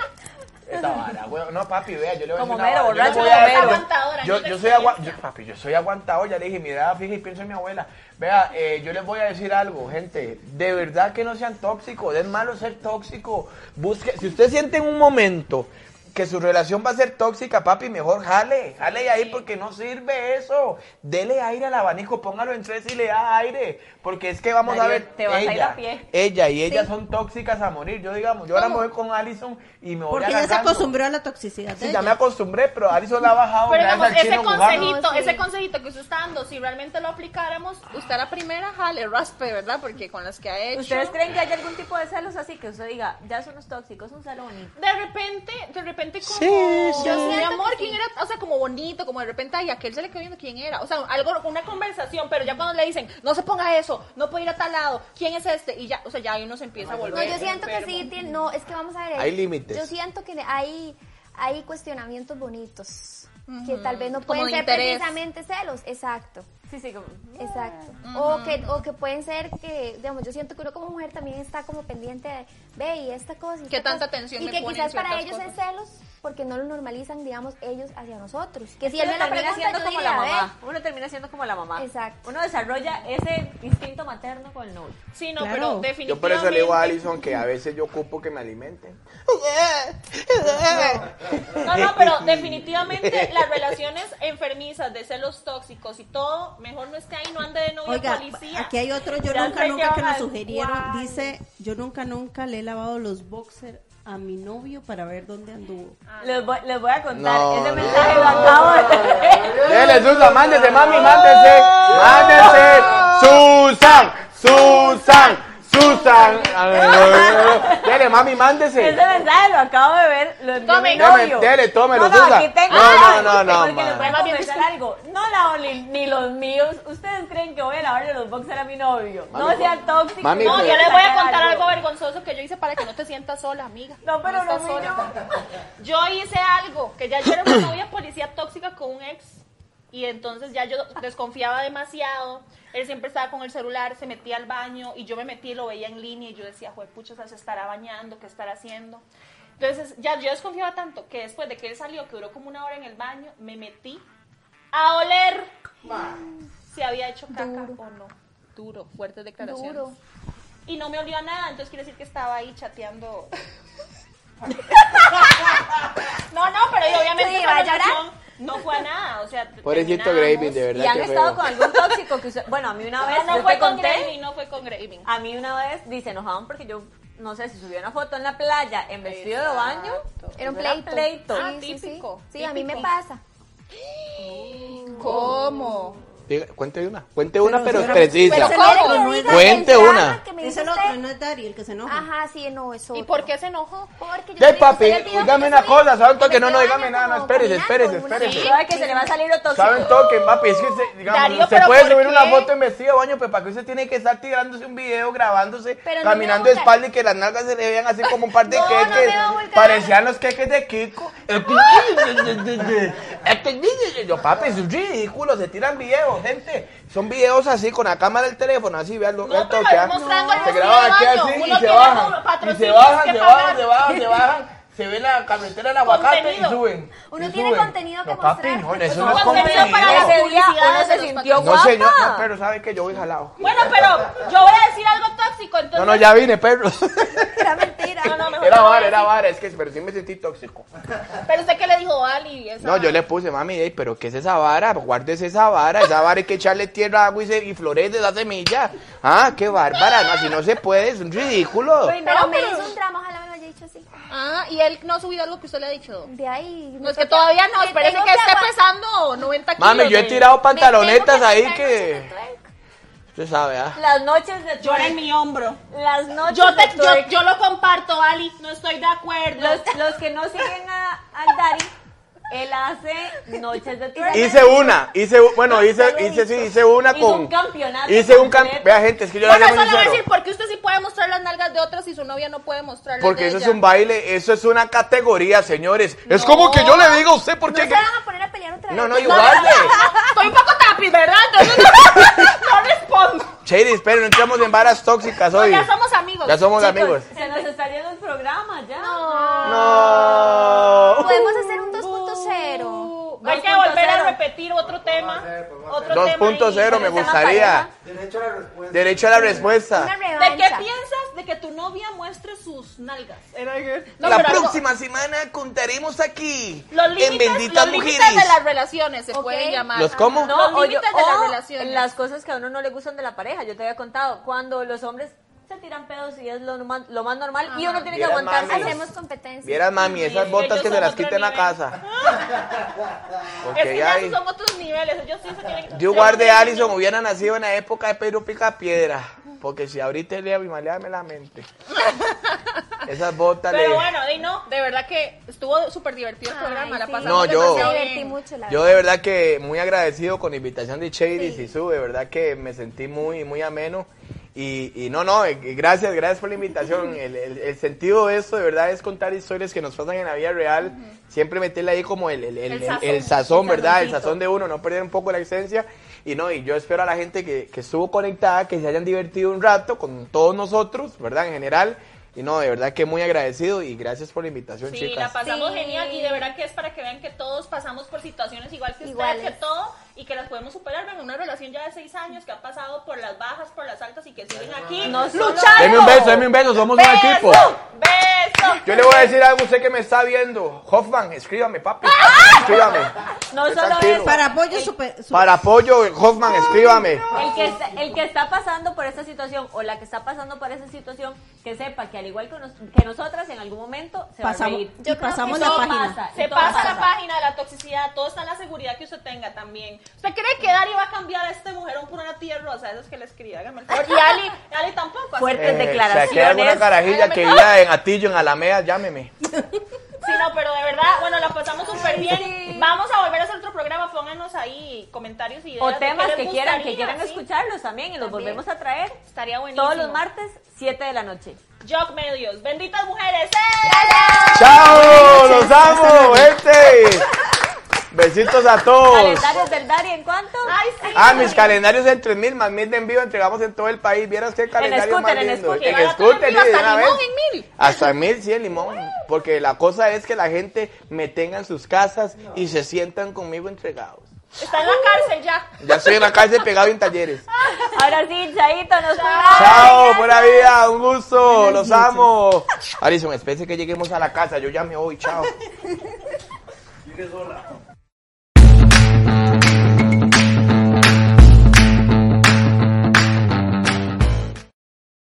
esta vara, güey. No, papi, vea, yo le voy
Como
a decir una
mero,
vara, yo
borracho
le voy a
como
decir-
mero.
Aguantadora,
Yo,
años de
yo soy agua, yo- papi, yo soy aguantado, ya le dije, mi edad fija y pienso en mi abuela. Vea, eh, yo les voy a decir algo, gente, de verdad que no sean tóxicos, es malo ser tóxico. Busque, si usted siente en un momento que su relación va a ser tóxica, papi, mejor jale, jale de ahí porque no sirve eso. Dele aire al abanico, póngalo en tres y le da aire, porque es que vamos a
Darío,
ver,
te vas a ir
ella,
a pie.
ella y ella son tóxicas a morir. Yo digamos, yo ahora me voy con Allison y me voy
Porque ya se
agarrando.
acostumbró a la toxicidad. de
Sí, ya me
ella.
acostumbré, pero Alison la ha bajado.
Pero
gracias
digamos,
al
ese
chino Gujano.
consejito,
No, sí.
ese consejito que usted está dando, si realmente lo aplicáramos,
Usted la primera, jale, raspe, ¿verdad? Porque con las que ha hecho.
¿Ustedes creen que hay algún tipo de celos así que usted diga, ya son los tóxicos, es un celo bonito?
de repente, de repente como...
Yo mi amor, ¿quién era? O sea, como bonito, como de repente, ay, aquel se le quedó viendo quién era. O sea, algo, una conversación, pero ya cuando le dicen, no se ponga eso, no puede ir a tal lado, ¿quién es este? Y ya, o sea, ya ahí uno se empieza a volver.
No, yo siento que
enfermo.
sí. tiene- no, es que vamos a ver.
Hay límites.
Yo siento que hay, hay cuestionamientos bonitos. Que tal vez no
Como
pueden
de
ser
interés.
precisamente celos, exacto.
Sí, sí, como...
Exacto. o, que, o que pueden ser que, digamos, yo siento que uno como mujer también está como pendiente de, ve, y esta cosa. y
¿Qué
esta
tanta
cosa".
atención
Y
me
que
ponen
quizás para
ciertas
ellos es celos, porque no lo normalizan, digamos, ellos hacia nosotros. Que si él
Uno
me la
termina
pregunta,
siendo
yo
como
diría,
la
"Ve".
mamá. Uno termina siendo como la mamá.
Exacto.
Uno desarrolla ese instinto materno con el novio.
Sí, no,
Claro.
pero
Yo
definitivamente...
Yo por eso le digo a Alison que a veces yo ocupo que me alimenten.
No, no, pero definitivamente las relaciones enfermizas de celos tóxicos y todo, mejor no esté ahí, no ande de novio
Oiga,
policía.
aquí hay otro yo
Ya
nunca
sé
nunca
que
que
van
nos
al
sugirieron.
cual.
Dice, yo nunca nunca le he lavado los boxers a mi novio para ver dónde anduvo.
Les voy, les voy a contar,
No,
ese
no.
mensaje lo acabo de
Dele, Susan, mándese, mami, mándese. Mándese. Susan, Susan, Susan. Dele, mami, mándese.
Ese mensaje lo acabo de ver, lo envió
Tome.
mi novio.
Deme, dele, tómelo,
no, no,
Susa.
aquí tengo.
No,
Ah,
no, no,
porque
no,
les voy a
ma.
confesar algo. No lavo ni, ni los míos. ¿Ustedes creen que voy a lavarle los boxers a mi novio?
Mami,
no sean tóxicos.
mami,
No,
pero-
yo les voy a contar algo vergonzoso que yo hice para que no te sientas sola, amiga.
No, pero no,
estás
no,
sola.
no.
Yo hice algo, que ya yo era una novia policía tóxica con un ex. Y entonces ya yo desconfiaba demasiado. Él siempre estaba con el celular, se metía al baño y yo me metí y lo veía en línea y yo decía, juez, pucha, o sea, se estará bañando, ¿qué estará haciendo? Entonces ya yo desconfiaba tanto que después de que él salió, que duró como una hora en el baño, me metí a oler si había hecho caca
Duro.
o no. Duro, fuertes declaraciones.
Duro.
Y no me olió a nada, entonces quiere decir que estaba ahí chateando. no, no, pero yo obviamente
Sí,
esa
¿va a llorar?
relación no fue a nada, o sea,
Pobrecito
terminamos.
Gravy, de verdad.
Y han
que
estado
feo.
con algún tóxico que usted... Bueno, a mí una
No,
vez,
no
yo
fue
te
con
conté,
Graving, no fue con Graving.
a mí una vez dice enojaban porque yo, no sé, si subí una foto en la playa en vestido de baño,
Era un pleito.
pleito.
Sí,
Ah,
sí, sí.
típico,
Sí, a mí me
típico.
pasa.
¿Cómo?
Diga, cuente una. Cuente una, pero,
pero-
precisa.
Pero
¿cómo?
quiere que diga
Cuente
el drama
una.
que me
Es
dice
el
usted.
otro, no es Dari el que se enoja.
Ajá, sí, no, es otro.
¿Y por qué se enojó?
Porque yo
Ey,
soy-
papi,
usted le dijo
dígame
que
una
soy-
cosa, ¿sabe un toque?
me
No, no,
baño
dígame nada, no,
como
espérese, espérese,
caminando,
espérese.
una-
Sabe que se le va a salir lo tóxico.
¿Saben toque, papi? Es que, se, digamos,
Darío,
se
¿pero
puede
por
subir una
qué?
foto en vestido de baño, pero ¿para qué usted tiene que estar tirándose un video, grabándose,
Pero no
caminando
me
de
va a
espalda y que las nalgas se le vean así como un par de
No, no me
queques?
va a volcar.
Parecían los queques de Kiko. este Yo, papi, es ridículo, se tiran videos, gente. Son videos así, con la cámara del teléfono, así, vean lo-
No,
vean
pero
toque, ah.
mostrando el
Se
vestido
graban
de
aquí
baño.
así
Uno
y se
tiene
bajan. Y se
patrocinios
bajan,
que
se bajan,
pagar.
se bajan, se bajan. Se ve la carretera del aguacate y
Contenido.
suben.
Uno
y
tiene
suben.
contenido que
No, papi,
mostrar.
no, eso
Un
no es
contenido
contenido.
para las
Ese día uno
publicidades de
se
los
sintió
No,
guapa.
señor, no, pero sabe que yo voy jalado.
Bueno, pero yo voy a decir algo tóxico, entonces.
No, no, ya vine, perro.
Era mentira.
No, no, mejor
Era
no voy a
vara, era
decir.
vara, es que pero sí me sentí tóxico.
Pero usted qué le dijo, Ali. Esa
No, yo le puse, mami, ey, pero ¿qué es esa vara? Guárdese esa vara, esa vara hay que echarle tierra, agua y, se, y florece la semilla. Ah, qué bárbara, no, así no se puede, es un ridículo.
Pero, Pues me hizo un drama, ojalá me lo haya dicho así.
Ah, y él no ha subido algo que usted le ha dicho.
De ahí.
No,
Pues
me
es que
toca-
todavía no,
me
parece
tengo
que este pues- esté
aguantar-
pesando 90 kilos.
Mami, yo he
de-
tirado
me tengo
pantalonetas
que
ahí
aguantar
que...
noches de twerk.
Usted sabe, ¿ah?
Las noches de
Llora en
twerk.
mi hombro.
Las noches
Yo, te,
de
yo,
twerk.
yo lo comparto, Ali. No estoy de acuerdo.
Los, los que no siguen a, al Dari, él hace noches de twerk.
Hice una, hice, u- bueno, hice,
ya lo he
hice, sí,
visto.
hice una
Hizo
con...
un campeonato
Hice un campeonato.
completo.
Vea, gente, es que yo
Bueno,
la
eso
voy
le voy a decir, ¿por qué usted sí puede mostrar las nalgas de otros y su novia no puede mostrar las
Porque
de
eso es
ella?
un baile, eso es una categoría, señores. Es como que yo le digo a usted por
No se
qué.
van a poner a pelear otra vez.
No, no, igual.
Estoy un poco tapiz, ¿verdad? Entonces, no respondo.
Chadis, pero no entramos en varas tóxicas hoy.
Ya somos amigos.
Ya somos
Chicos,
amigos.
Se nos está yendo el programa ya.
No.
Podemos hacer un 2.0.
Hay que volver a
2.0.
repetir otro tema.
hacer, podemos
Otro tema. ahí.
2.0 me
Se llama
gustaría.
pareja.
Derecho a la respuesta.
Derecho a la
Una
respuesta.
¿De qué
revancha.
piensas de que tu novia muestre sus nalgas?
No,
la
pero algo-
próxima semana contaremos aquí
Los
en
límites,
Bendita
los
Mujeres.
límites de las relaciones se
Ok.
pueden llamar.
¿Los cómo?
No,
Los
o
límites
yo-
de las
o
relaciones.
Las cosas que a uno no le gustan de la pareja. Yo te había contado. Cuando los hombres se tiran pedos y es lo, norma- lo más normal y uno tiene que
Vieras,
aguantarse.
mami.
Hacemos competencia.
Vieras, mami, esas
Sí,
botas
ellos
que se
son
las
otro
quita en la
nivel.
casa. Ok,
es que ya
ay.
esos son otros niveles. Ellos sí se tienen que.
Dios guarde a Allison, hubiera nacido en la época de Pedro Pica Piedra. Porque si ahorita le mi maleame la mente. Esas botas le.
Pero bueno,
Ay, no, de verdad que estuvo súper divertido el
Ay,
programa. La
sí.
pasamos
No, yo.
demasiado
Me
bien.
divertí mucho, la
Yo
verdad.
de verdad que muy agradecido con la invitación de Shady
Sí.
y Sisu, de verdad que me sentí muy, muy ameno. Y, y no, no, eh, gracias, gracias por la invitación. El, el- el sentido de esto de verdad es contar historias que nos pasan en la vida real, siempre meterle ahí como el, el- el- el- el sazón, ¿verdad? El sazón de uno, no perder un poco la esencia. Y no, y yo espero a la gente que, que estuvo conectada, que se hayan divertido un rato con todos nosotros, ¿verdad? En general. Y no, de verdad que muy agradecido y gracias por la invitación,
Sí,
chicas.
la pasamos
Sí.
genial y de verdad que es para que vean que todos pasamos por situaciones igual que ustedes,
Iguales.
que todo, y que las podemos superar. En una relación ya de seis años que ha pasado por las bajas, por las altas y que siguen aquí
No solo-
luchando.
Deme un beso, deme un beso, somos un equipo.
¡Beso!
Yo le voy a decir algo a usted que me está viendo. Hoffman, escríbame, papi. Escríbame.
No solo
tranquilo.
es
Para apoyo super, super-
Para apoyo, Hoffman, escríbame.
El que, está, el que está pasando por esta situación o la que está pasando por esa situación, que sepa que al igual que, nos- que nosotras, en algún momento se va a
pasamos,
reír.
y
creo que
pasamos la
todo
página.
pasa.
Se
Y todo
pasa,
pasa.
la página de la toxicidad, todo está en la seguridad que usted tenga también. ¿Usted cree que Dari va a cambiar a este mujerón por una tía rosa? Esos que le escribí, hágame el favor. Y Ali, Ali tampoco. así
Fuertes
Eh, si aquí hay alguna
declaraciones.
carajilla que viva en Atillo, en Alameda, llámeme.
Sí, no, pero de verdad, bueno, la pasamos súper bien. Vamos a volver a hacer otro programa. Pónganos ahí comentarios y ideas.
O
de
temas
qué les
que quieran, que
gustaría,
quieran
sí.
escucharlos también y los volvemos a traer
Estaría buenísimo.
todos los martes, 7 de la noche.
Jock Medios. Benditas mujeres. ¡Eh!
¡Chao! ¡Los amo, gente! Besitos a todos.
Calendarios del Dari en cuanto.
Ay, sí.
Ah, mis calendarios en 3000 más 1000 de envío entregamos en todo el país. Vieras qué calendario
scooter,
más
en
lindo.
scooter.
En
Barato en
scooter,
envío,
sí, de
hasta
una
limón
vez.
en mil.
Hasta en mil, sí, en limón. Porque la cosa es que la gente me tenga en sus casas y se sientan conmigo entregados.
Está en la cárcel ya.
Ya estoy en la calle pegado en talleres.
Ahora sí, Chaito, nos cuidamos.
Chao, buena vida, un gusto, los amo. Alison, espérense que lleguemos a la casa, yo ya me voy, chao.
Y una zorra.